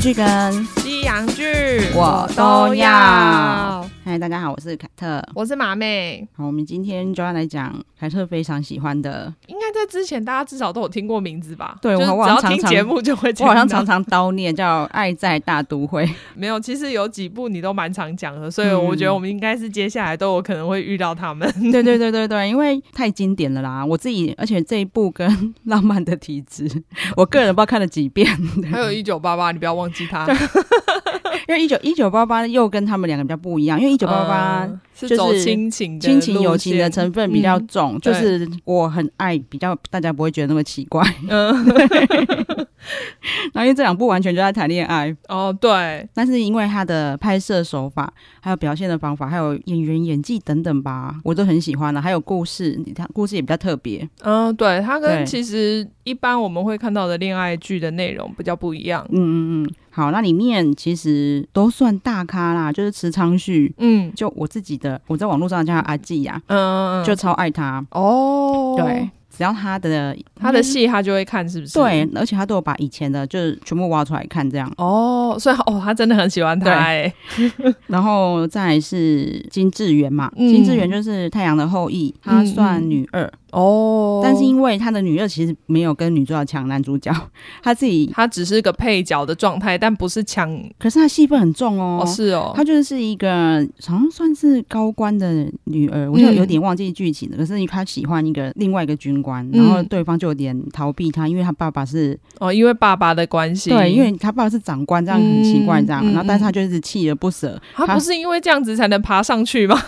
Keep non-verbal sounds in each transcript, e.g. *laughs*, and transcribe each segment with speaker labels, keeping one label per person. Speaker 1: 剧跟
Speaker 2: 西洋剧
Speaker 1: 我都要。嗨，大家好，我是凯特。
Speaker 2: 我是马妹，
Speaker 1: 好，我们今天就要来讲凯特非常喜欢的，
Speaker 2: 应该在之前大家至少都有听过名字吧？
Speaker 1: 对
Speaker 2: 就是
Speaker 1: 我好
Speaker 2: 只
Speaker 1: 像
Speaker 2: 要听
Speaker 1: 常常
Speaker 2: 节目就会
Speaker 1: 我好像
Speaker 2: 听到
Speaker 1: 常常叨念，叫《爱在大都会》。
Speaker 2: *laughs* 没有。其实有几部你都蛮常讲的，所以
Speaker 1: 嗯
Speaker 2: 我觉得我们应该是接下来都有可能会遇到
Speaker 1: *laughs*
Speaker 2: 他们。
Speaker 1: 对对对对对，因为太经典了啦！我自己，而且这一部跟 *laughs* 《浪漫的体质》，我个人不知道看了几遍，
Speaker 2: 还有一九八八，你不要忘记它。
Speaker 1: 因为一九一九八八又跟他们两个比较不一样，因为一九八八
Speaker 2: 嗯是
Speaker 1: 就是
Speaker 2: 走亲情的
Speaker 1: 亲情友
Speaker 2: 路
Speaker 1: 情的
Speaker 2: 线
Speaker 1: 成分比较
Speaker 2: 嗯
Speaker 1: 重，就
Speaker 2: 对
Speaker 1: 是我很爱，比较大家不会觉得那么奇怪。 *laughs*
Speaker 2: 嗯，
Speaker 1: 然后因为这两部完全就在谈恋爱，
Speaker 2: 哦，对，
Speaker 1: 但是因为他的拍摄手法、还有表现的方法、还有演员演技等等吧，我都很喜欢了。啊还有故事，它故事也比较特别。
Speaker 2: 嗯，对，它
Speaker 1: 对
Speaker 2: 跟其实一般我们会看到的恋爱剧的内容比较不一样。
Speaker 1: 嗯嗯嗯，好，那里面其实都算大咖啦，就是池昌旭，
Speaker 2: 嗯
Speaker 1: 就我自己的，我在网络上叫他阿纪呀、
Speaker 2: 嗯，嗯嗯
Speaker 1: 就超爱他。
Speaker 2: 哦，
Speaker 1: 对，，只要他的
Speaker 2: 他的、戏他就会看，是不是？
Speaker 1: 对，而且他都有把以前的，就是全部挖出来看这样。
Speaker 2: 哦，所以哦，他真的很喜欢他
Speaker 1: 对
Speaker 2: 哎、
Speaker 1: 然后再来是金智媛嘛，
Speaker 2: 嗯
Speaker 1: 金智媛就是《太阳的后裔》，她算女二，
Speaker 2: 哦，
Speaker 1: 但是因为她的女二其实没有跟女主角抢男主角， *laughs* 她自己，
Speaker 2: 他只是个配角的状态，但不是抢
Speaker 1: 可是她戏份很重哦。
Speaker 2: 哦，是哦，
Speaker 1: 她就是一个好像算是高官的女儿，我就有点忘记剧情了。可是她喜欢一个另外一个军官，
Speaker 2: 嗯
Speaker 1: 然后对方就有点逃避她，因为她爸爸是
Speaker 2: 哦，因为爸爸的关系，
Speaker 1: 对，因为她爸爸是长官，这样很奇怪，这样。
Speaker 2: 嗯嗯
Speaker 1: 然后，但是她就一直锲而不舍。
Speaker 2: 他
Speaker 1: 他
Speaker 2: 不是因为这样子才能爬上去
Speaker 1: *laughs*
Speaker 2: 吗？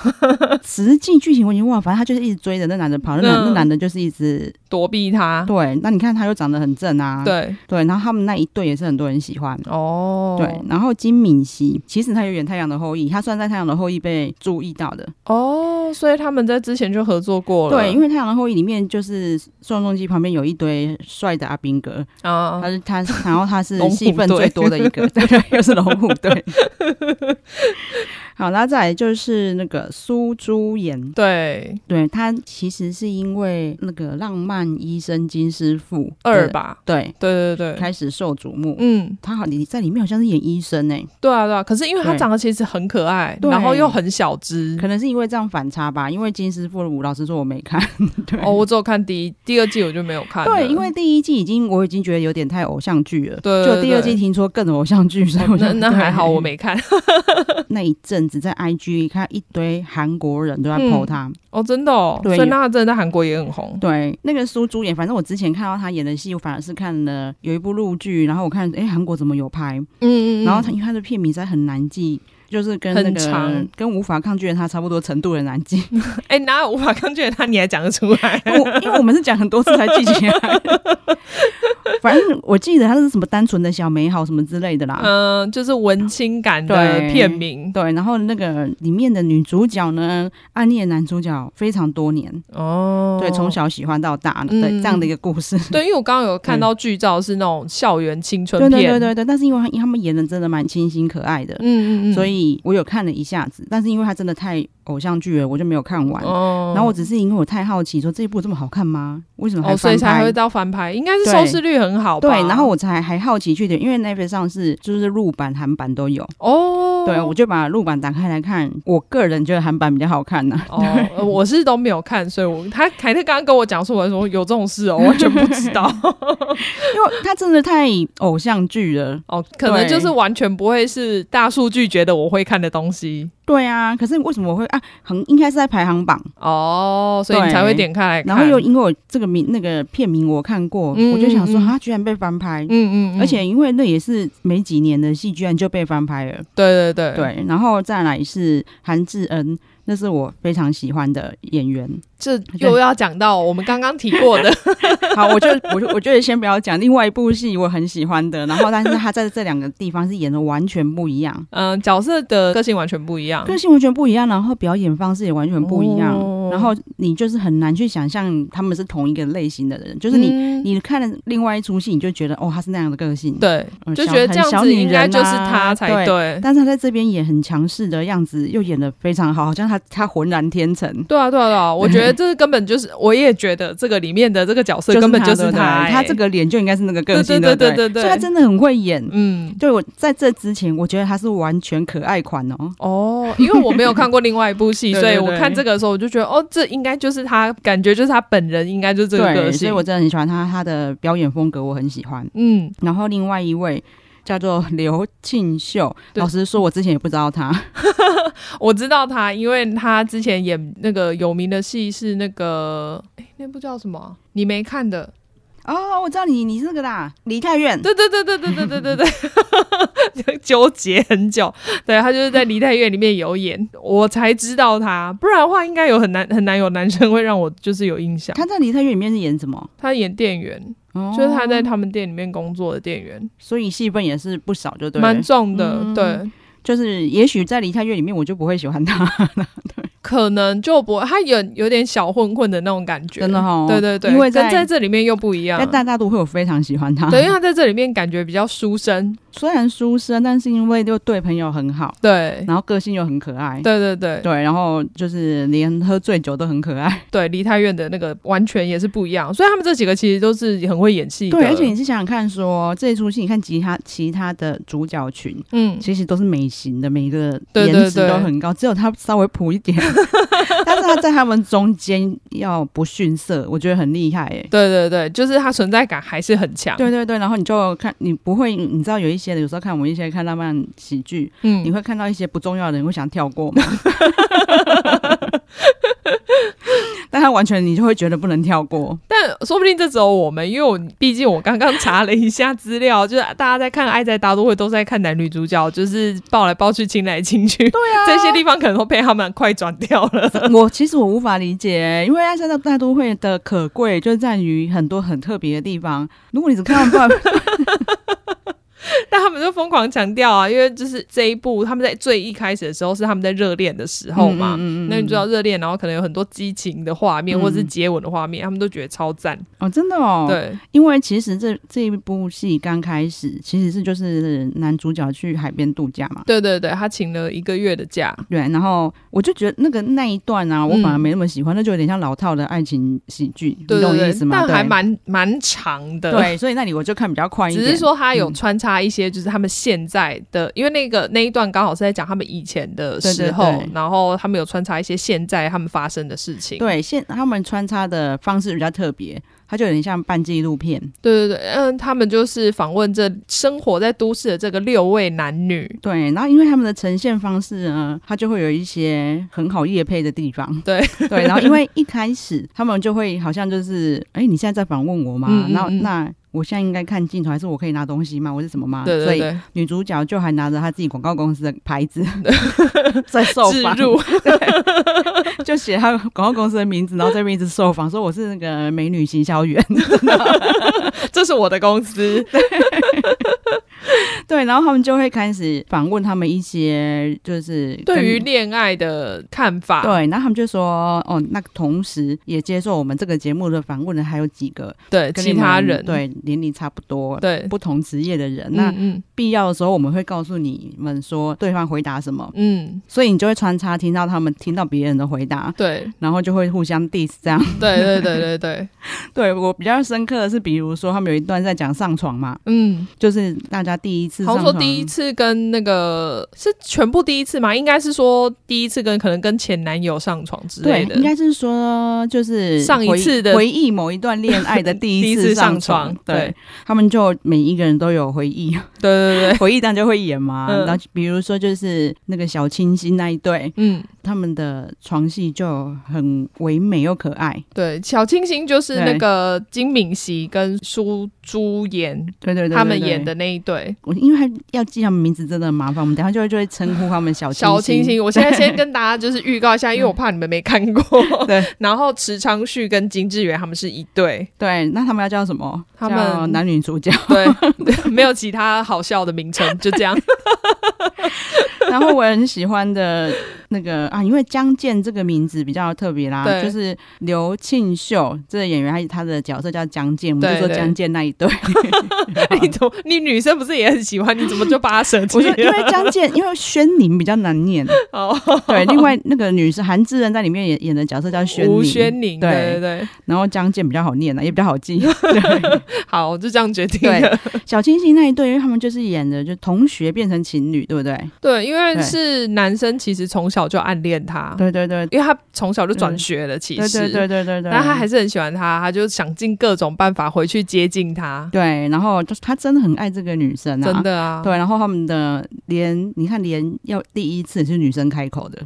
Speaker 1: 实际剧情我已经忘了，反正她就是一直追着那男的跑，那男、
Speaker 2: 嗯
Speaker 1: 那男的就是一直
Speaker 2: 躲避他，
Speaker 1: 对，那你看他又长得很正啊，
Speaker 2: 对，
Speaker 1: 对然后他们那一对也是很多人喜欢。
Speaker 2: 哦，
Speaker 1: 对，，然后金敏熙其实他有演《太阳的后裔》，他算在《太阳的后裔》被注意到的。
Speaker 2: 哦，所以他们在之前就合作过了，
Speaker 1: 对，因
Speaker 2: 为
Speaker 1: 为《太阳的后裔》里面就是宋仲基旁边有一堆帅的阿兵哥，
Speaker 2: 啊
Speaker 1: 他，是他，然后他是
Speaker 2: 龙虎
Speaker 1: 戏份
Speaker 2: 队
Speaker 1: 最多的一
Speaker 2: *laughs*
Speaker 1: 个，对，又是龙虎队。好，那再来就是那个苏朱颜，
Speaker 2: 对，
Speaker 1: 对他其实是因为那个《浪漫医生金师傅》的，
Speaker 2: 二吧，
Speaker 1: 对，
Speaker 2: 对对对，
Speaker 1: 开始受瞩目。
Speaker 2: 嗯，
Speaker 1: 他好，你在里面好像是演医生哎、
Speaker 2: 对啊对啊，可是因为他
Speaker 1: 对
Speaker 2: 长得其实很可爱，
Speaker 1: 对
Speaker 2: 然后又很小只，
Speaker 1: 可能是因为这样反差吧。因为金师傅的舞，老实说我没看，对。
Speaker 2: 哦，我只有看第一、第二季，我就没有看
Speaker 1: *laughs*
Speaker 2: 了。
Speaker 1: 对，因为第一季已经我已经觉得有点太偶像剧了，
Speaker 2: 对对
Speaker 1: 就第二季
Speaker 2: 对
Speaker 1: 听说更偶像剧，所以我就
Speaker 2: 那那
Speaker 1: *laughs*
Speaker 2: 还好，
Speaker 1: 对
Speaker 2: 我没看。 *laughs*
Speaker 1: 那一阵子在 IG 看一堆韩国人都在
Speaker 2: 嗯
Speaker 1: PO 他，
Speaker 2: 哦，真的哦，
Speaker 1: 对
Speaker 2: 所以那真的在韩国也很红。
Speaker 1: 对那个苏珠演，反正我之前看到他演的戏，我反而是看了有一部陆剧，然后我看哎韩国怎么有拍，
Speaker 2: 嗯
Speaker 1: 然后他因为他的片名实在很难记。就是跟那
Speaker 2: 很
Speaker 1: 个
Speaker 2: 长
Speaker 1: 跟无法抗拒的他差不多程度的难记，
Speaker 2: 哎、哪有无法抗拒的他，你还讲得出
Speaker 1: *laughs*
Speaker 2: 来？
Speaker 1: 我因为我们是讲很多次才记
Speaker 2: *laughs*
Speaker 1: 起来。反正我记得它是什么单纯的小美好什么之类的啦。
Speaker 2: 嗯、就是文青感的
Speaker 1: 啊对
Speaker 2: 片名。
Speaker 1: 对，然后那个里面的女主角呢，暗恋男主角非常多年，
Speaker 2: 哦，
Speaker 1: 对，从小喜欢到大的、
Speaker 2: 嗯
Speaker 1: 这样的一个故事。
Speaker 2: 对，因为我刚刚有看到剧照是那种校园青春
Speaker 1: 对
Speaker 2: 片，
Speaker 1: 对对对对，但是因为他他们演的真的蛮清新可爱的，
Speaker 2: 嗯嗯嗯，
Speaker 1: 所以我有看了一下子，但是因为它真的太偶像剧了，我就没有看完。
Speaker 2: 哦，
Speaker 1: 然后我只是因为我太好奇，说这一部这么好看吗？为什么还
Speaker 2: 哦，所以
Speaker 1: 翻
Speaker 2: 才
Speaker 1: 拍？
Speaker 2: 会到翻拍，应该是
Speaker 1: 对
Speaker 2: 收视率很好吧？
Speaker 1: 对，然后我才还好奇去点，因为 Netflix 上是就是陆版、韩版都有。
Speaker 2: 哦，
Speaker 1: 对，我就把陆版打开来看，我个人觉得韩版比较好看呐、
Speaker 2: 哦，
Speaker 1: *laughs*
Speaker 2: 呃我是都没有看，所以我他凯特刚刚跟我讲说，我说有这种事哦，我完全不知道
Speaker 1: 因为它真的太偶像剧了。
Speaker 2: 哦，可能就是完全不会是大数据觉得我会看的东西
Speaker 1: 对啊，可是为什么我会啊？很应该是在排行榜，
Speaker 2: 哦，所以
Speaker 1: 对
Speaker 2: 你才会点开来看，
Speaker 1: 然后又因为我这个名那个片名我看过，
Speaker 2: 嗯
Speaker 1: 我就想说
Speaker 2: 嗯嗯
Speaker 1: 它居然被翻拍。
Speaker 2: 嗯嗯嗯，
Speaker 1: 而且因为那也是没几年的戏，居然就被翻拍了。
Speaker 2: 对对对，
Speaker 1: 对，然后再来是韩智恩，那是我非常喜欢的演员。
Speaker 2: 这又要讲到我们刚刚提过的
Speaker 1: *laughs* 好，我就我就我觉得先不要讲另外一部戏我很喜欢的，然后但是他在这两个地方是演的完全不一样，
Speaker 2: 呃嗯角色的个性完全不一样，
Speaker 1: 个性完全不一样，然后表演方式也完全不一样。
Speaker 2: 哦
Speaker 1: 然后你就是很难去想象他们是同一个类型的人，就是你、
Speaker 2: 嗯
Speaker 1: 你看了另外一出戏，你就觉得哦，他是那样的个性，
Speaker 2: 对，
Speaker 1: 嗯
Speaker 2: 就
Speaker 1: 小
Speaker 2: 觉得这
Speaker 1: 很
Speaker 2: 样
Speaker 1: 小
Speaker 2: 子
Speaker 1: 女
Speaker 2: 应该
Speaker 1: 人
Speaker 2: 就是
Speaker 1: 啊
Speaker 2: 他才
Speaker 1: 对
Speaker 2: 对。
Speaker 1: 但是他在这边演很强势的样子，又演的非常好，好像他他浑然天成。
Speaker 2: 对啊，对啊，对啊！我觉得这是根本就是，我也觉得这个里面的这个角色根本
Speaker 1: 就
Speaker 2: 就是
Speaker 1: 他对
Speaker 2: 欸
Speaker 1: 不对
Speaker 2: 他、
Speaker 1: 他这，个脸就应该是那个个性，对
Speaker 2: 对对
Speaker 1: 不
Speaker 2: 对对对
Speaker 1: 所以他真的很会演。
Speaker 2: 嗯，
Speaker 1: 对我在这之前，我觉得他是完全可爱款哦。
Speaker 2: 哦，因为我没有看过另外一
Speaker 1: *laughs*
Speaker 2: 部戏，
Speaker 1: 对
Speaker 2: 所以
Speaker 1: 对
Speaker 2: 我
Speaker 1: 对
Speaker 2: 看这个的时候，我就觉得，哦，这应该就是他，感觉就是他本人应该就是这个个
Speaker 1: 对，所以
Speaker 2: 性。
Speaker 1: 我真的很喜欢他，他的表演风格我很喜欢。
Speaker 2: 嗯，
Speaker 1: 然后另外一位叫做刘庆秀，
Speaker 2: 对
Speaker 1: 老实说，我之前也不知道他。
Speaker 2: 我知道他，因为他之前演那个有名的戏是那个，哎，那部叫什么啊？你没看的？
Speaker 1: 哦，我知道你，你是那个啦，梨泰院。
Speaker 2: 对对对对对对对对对， *laughs* 纠结很久。对他就是在《梨泰院》里面有演，我才知道他，不然的话应该有很难很难有男生会让我就是有印象。
Speaker 1: 他在梨泰院里面是演什么？
Speaker 2: 他演店员，
Speaker 1: 哦
Speaker 2: 就是他在，他们店里面工作的店员，
Speaker 1: 所以戏份也是不少，就对了。
Speaker 2: 蛮重的。
Speaker 1: 嗯
Speaker 2: 对，
Speaker 1: 就是也许在梨泰院里面，我就不会喜欢他，
Speaker 2: 可能就不他有有点小混混的那种感觉，
Speaker 1: 真的哦
Speaker 2: 对对对，
Speaker 1: 因为
Speaker 2: 跟
Speaker 1: 在
Speaker 2: 在这里面又不一样
Speaker 1: 但。大大都会有非常喜欢他。
Speaker 2: 啊对，因为他在这里面感觉比较书生，
Speaker 1: 虽然书生，但是因为就对朋友很好，
Speaker 2: 对，
Speaker 1: 然后个性又很可爱。
Speaker 2: 对对对
Speaker 1: 对，然后就是连喝醉酒都很可爱。
Speaker 2: 对，梨泰院的那个完全也是不一样，所以他们这几个其实都是很会演戏的，
Speaker 1: 对，而且你是想想看说，这一出戏，你看其他其他的主角群，
Speaker 2: 嗯，
Speaker 1: 其实都是美型的，每一个
Speaker 2: 对对
Speaker 1: 颜值
Speaker 2: 对
Speaker 1: 都很高，只有他稍微普一点， *laughs* 但是他在他们中间要不逊色，我觉得很厉害 *laughs* 哎、
Speaker 2: 对对对，就是它存在感还是很强。
Speaker 1: 对对对，然后你就看，你不会，你知道有一些的，有时候看我们一些看浪漫喜剧，你
Speaker 2: 嗯，
Speaker 1: 会看到一些不重要的人会想跳过嘛， *laughs* 但他完全你就会觉得不能跳过，
Speaker 2: 但说不定这只有我们，因为我毕竟我刚刚查了一下资料， *laughs* 就是大家在看《爱在大都会》都在看男女主角，就是抱来抱去、亲来亲去，对啊，这些地方可能都被他们快转掉了。 *laughs*
Speaker 1: *laughs* 我其实我无法理解，因为爱上到大都会的可贵就在于很多很特别的地方。如果你只看到
Speaker 2: 但他们就疯狂强调啊，因为就是这一部他们在最一开始的时候是他们在热恋的时候 *laughs* 嘛，
Speaker 1: 嗯嗯嗯嗯
Speaker 2: 那你知道热恋，然后可能有很多激情的画面、
Speaker 1: 嗯
Speaker 2: 或者是接吻的画面，他们都觉得超赞。
Speaker 1: 哦，真的哦，，
Speaker 2: 对，
Speaker 1: 因为其实这这一部戏刚开始其实是就是男主角去海边度假嘛。
Speaker 2: 对对对，他请了一个月的假，
Speaker 1: 对，然后我就觉得那个那一段啊，我反而
Speaker 2: 嗯
Speaker 1: 没那么喜欢，那就有点像老套的爱情喜剧，
Speaker 2: 对
Speaker 1: 你懂
Speaker 2: 对
Speaker 1: 我的
Speaker 2: 对，
Speaker 1: 意思吗？
Speaker 2: 但
Speaker 1: 对
Speaker 2: 还蛮蛮长的。。
Speaker 1: 对，所以那里我就看比较快一
Speaker 2: 只
Speaker 1: 点。
Speaker 2: 是说他有
Speaker 1: 嗯
Speaker 2: 穿插一些，就是他们现在的，因为那个那一段刚好是在讲他们以前的
Speaker 1: 对对
Speaker 2: 时候，
Speaker 1: 对
Speaker 2: 然后他们有穿插一些现在他们发生的事情。
Speaker 1: 对，现他们穿插的方式比较特别，它就有点像半纪录片。
Speaker 2: 对对对，嗯，他们就是访问这生活在都市的这个六位男女。
Speaker 1: 对，然后因为他们的呈现方式呢，它就会有一些很好夜配的地方。
Speaker 2: 对
Speaker 1: 对，然后因为一开始他们就会好像就是，哎，你现在在访问我吗？
Speaker 2: 嗯嗯
Speaker 1: 然后
Speaker 2: 嗯
Speaker 1: 那我现在应该看镜头，还是我可以拿东西吗？我是什么吗？
Speaker 2: 对对
Speaker 1: 啊所以
Speaker 2: 对，
Speaker 1: 女主角就还拿着她自己广告公司的牌
Speaker 2: *laughs*
Speaker 1: 子在受
Speaker 2: 置
Speaker 1: 访，
Speaker 2: 入
Speaker 1: 就写她广告公司的名字，然后这边一直受访，说我是那个美女行销员。 *laughs*
Speaker 2: 这是我的公司。
Speaker 1: 对，然后他们就会开始访问他们一些就是跟
Speaker 2: 对于恋爱的看法，
Speaker 1: 对，然后他们就说哦，那同时也接受我们这个节目的访问的还有几个
Speaker 2: 对
Speaker 1: 跟
Speaker 2: 其
Speaker 1: 你们
Speaker 2: 他人，
Speaker 1: 对年龄差不多。
Speaker 2: 对，
Speaker 1: 不同职业的人，那
Speaker 2: 嗯
Speaker 1: 必要的时候我们会告诉你们说对方回答什么，
Speaker 2: 嗯嗯，
Speaker 1: 所以你就会穿插听到他们听到别人的回答，
Speaker 2: 对
Speaker 1: 然后就会互相 diss 这样。 *laughs*
Speaker 2: 对对对对对，
Speaker 1: 对我比较深刻的是，比如说他们有一段在讲上床嘛，
Speaker 2: 嗯。
Speaker 1: 就是大家第一次上
Speaker 2: 好像
Speaker 1: 床，
Speaker 2: 说第一次跟那个是全部第一次吗？应该是说第一次跟可能跟前男友上床之
Speaker 1: 对
Speaker 2: 类，的
Speaker 1: 应。该是说就是
Speaker 2: 上一
Speaker 1: 回
Speaker 2: 次的
Speaker 1: 回忆某一段恋爱的第
Speaker 2: *laughs* 第一
Speaker 1: 一
Speaker 2: 次上
Speaker 1: 上
Speaker 2: 床对
Speaker 1: 对他们就每一个人都有回忆， *laughs*
Speaker 2: 对对对，
Speaker 1: 回忆当然就会演嘛。
Speaker 2: 嗯
Speaker 1: 然后比如说就是那个小清新那一对，
Speaker 2: 嗯，
Speaker 1: 他们的床戏就很唯美又可爱。
Speaker 2: 对，小清新就是
Speaker 1: 对
Speaker 2: 那个金敏熙跟苏朱颜
Speaker 1: 对对对对
Speaker 2: 他们
Speaker 1: 对
Speaker 2: 演的那一对
Speaker 1: 我因为他要记他们名字真的很麻烦，我们等一下就会就会称呼他们小
Speaker 2: 小清
Speaker 1: 新。
Speaker 2: 新。我现
Speaker 1: *laughs*
Speaker 2: 在先跟大家就是预告一下，因为我怕你们没看过。
Speaker 1: 对
Speaker 2: 然后池昌旭跟金智媛他们是一对，
Speaker 1: 对，那他们要叫什么？
Speaker 2: 他们
Speaker 1: 叫男女主角。
Speaker 2: 对，没
Speaker 1: *laughs*
Speaker 2: 有其他好笑的名称，就这样。 *laughs*
Speaker 1: 然后我很喜欢的那个啊，因为江建这个名字比较特别啦，
Speaker 2: 对
Speaker 1: 就是刘庆秀这个演员，他他的角色叫江建，我们就
Speaker 2: 对
Speaker 1: 说
Speaker 2: 对
Speaker 1: 江建那一
Speaker 2: *laughs*
Speaker 1: 对。
Speaker 2: 你怎么你女生不是也很喜欢？你怎么就把它舍弃
Speaker 1: 我说因
Speaker 2: 了？ *laughs*
Speaker 1: 为江建，因为宣宁比较难念，
Speaker 2: 哦，
Speaker 1: 对。另外那个女生韩智仁在里面演演的角色叫宣
Speaker 2: 吴
Speaker 1: 宁，
Speaker 2: 宣宁，
Speaker 1: 对
Speaker 2: 对对对， *laughs*
Speaker 1: 然后江建比较好念啊，也比较好记。
Speaker 2: 好，我就这样决定
Speaker 1: 对
Speaker 2: 了。，
Speaker 1: *laughs* 小清新那一对，因为他们就是演的就同学变成情侣，对不对？
Speaker 2: *laughs* 对，因为
Speaker 1: 对
Speaker 2: 是男生，其实从小就暗恋她，
Speaker 1: 对对对，
Speaker 2: 因为他从小就转学了，其
Speaker 1: 对
Speaker 2: 实，
Speaker 1: 对对对对对。
Speaker 2: 但他还是很喜欢她，他就想尽各种办法回去接近她。
Speaker 1: 对，然后就是他真的很爱这个女生啊，
Speaker 2: 真的啊，
Speaker 1: 对，然后他们的连你看连要第一次是女生开口
Speaker 2: *laughs*
Speaker 1: 的，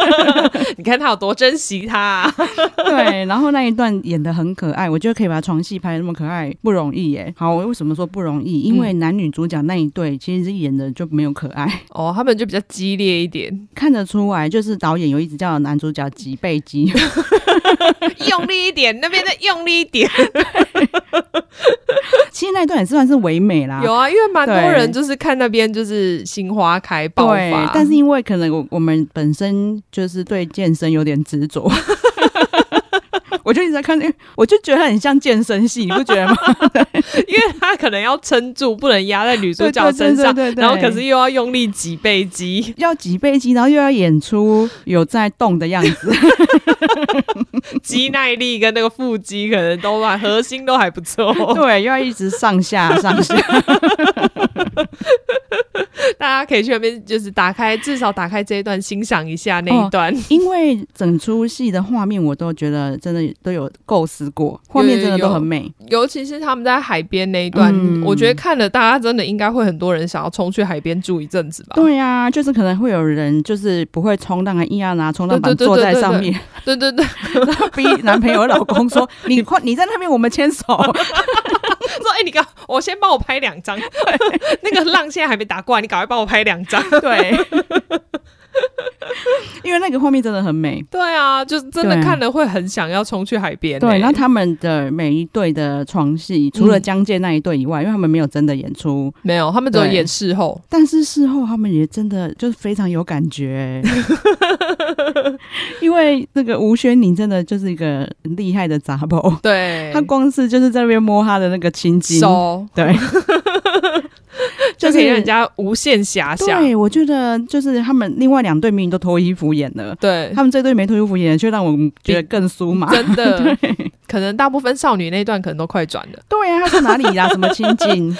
Speaker 2: *laughs* 你看他有多珍惜她啊、 *laughs*
Speaker 1: 对，然后那一段演的很可爱，我觉得可以把床戏拍的那么可爱不容易耶。好，我为什么说不容易？
Speaker 2: 嗯
Speaker 1: 因为男女主角那一对其实是演的就没有可爱， *laughs*
Speaker 2: 哦，他们就比较激烈一点，
Speaker 1: 看得出来，就是导演有一直叫男主角脊背
Speaker 2: *laughs*
Speaker 1: 肌，
Speaker 2: 用力一点，那边再用力一点。
Speaker 1: 其实那一段也算是唯美啦。
Speaker 2: *laughs* 有啊，因为蛮多
Speaker 1: 对
Speaker 2: 人就是看那边就是心花开爆
Speaker 1: 对
Speaker 2: 发，，
Speaker 1: 但是因为可能我我们本身就是对健身有点执着， *laughs* 我就一直在看，我就觉得很像健身戏，你不觉得吗？
Speaker 2: 因为他可能要撑住，不能压在女主
Speaker 1: 对
Speaker 2: 角
Speaker 1: 对
Speaker 2: 身上，
Speaker 1: 对对对对
Speaker 2: 然后可是又要用力挤背肌，
Speaker 1: 要脊背肌，然后又要演出有在动的样子，
Speaker 2: 肌耐力跟那个腹肌可能都吧，核心都还不 *laughs* 错。
Speaker 1: *laughs* 对，又要一直上下上下，
Speaker 2: 大家可以去那边，就是打开，至少打开这一段，欣赏一下那一段。
Speaker 1: *laughs* 因为整出戏的画面我都觉得真的都有构思过，画面真的都很美。
Speaker 2: 尤其是他们在海边那一段，
Speaker 1: 嗯
Speaker 2: 我觉得看了大家真的应该会很多人想要冲去海边住一阵子吧。
Speaker 1: 对呀、就是可能会有人就是不会冲浪，还硬要拿啊冲浪板
Speaker 2: 对对对
Speaker 1: 坐在
Speaker 2: 对对
Speaker 1: 上面，
Speaker 2: 对对对，
Speaker 1: 然后 *laughs* 逼男朋友、老公 *laughs* 说：“你快，你在那边，我们牵 *laughs* 手。
Speaker 2: 说哎、你刚我先帮我拍两张， *laughs* 那个浪现在还没打过来，你赶快帮我拍两张。”
Speaker 1: 对，
Speaker 2: *laughs*
Speaker 1: 因为那个画面真的很美。
Speaker 2: 对啊，就是真的
Speaker 1: 对
Speaker 2: 看了会很想要冲去海边欸、
Speaker 1: 对，然后嗯他们的每一对的床戏，除了江界那一对以外，因为他们没有真的演出，
Speaker 2: 没有，他们只有
Speaker 1: 对
Speaker 2: 演事后。
Speaker 1: 但是事后他们也真的就是非常有感觉、 *laughs* 因为那个吴宣宁真的就是一个很厉害的杂包，
Speaker 2: 对，
Speaker 1: 他光是就是在那边摸他的那个青筋，
Speaker 2: 手
Speaker 1: 对，
Speaker 2: *laughs* 就
Speaker 1: 就是
Speaker 2: 可以让人家无限遐想。
Speaker 1: 对我觉得就是他们另外两对明明都脱衣服演了，
Speaker 2: 对，
Speaker 1: 他们这对没脱衣服演的却让我们觉得更酥麻。*laughs*
Speaker 2: 真的，可能大部分少女那段可能都快转了。
Speaker 1: 对呀、啊，他说哪里啦？什么亲
Speaker 2: *laughs*
Speaker 1: 近？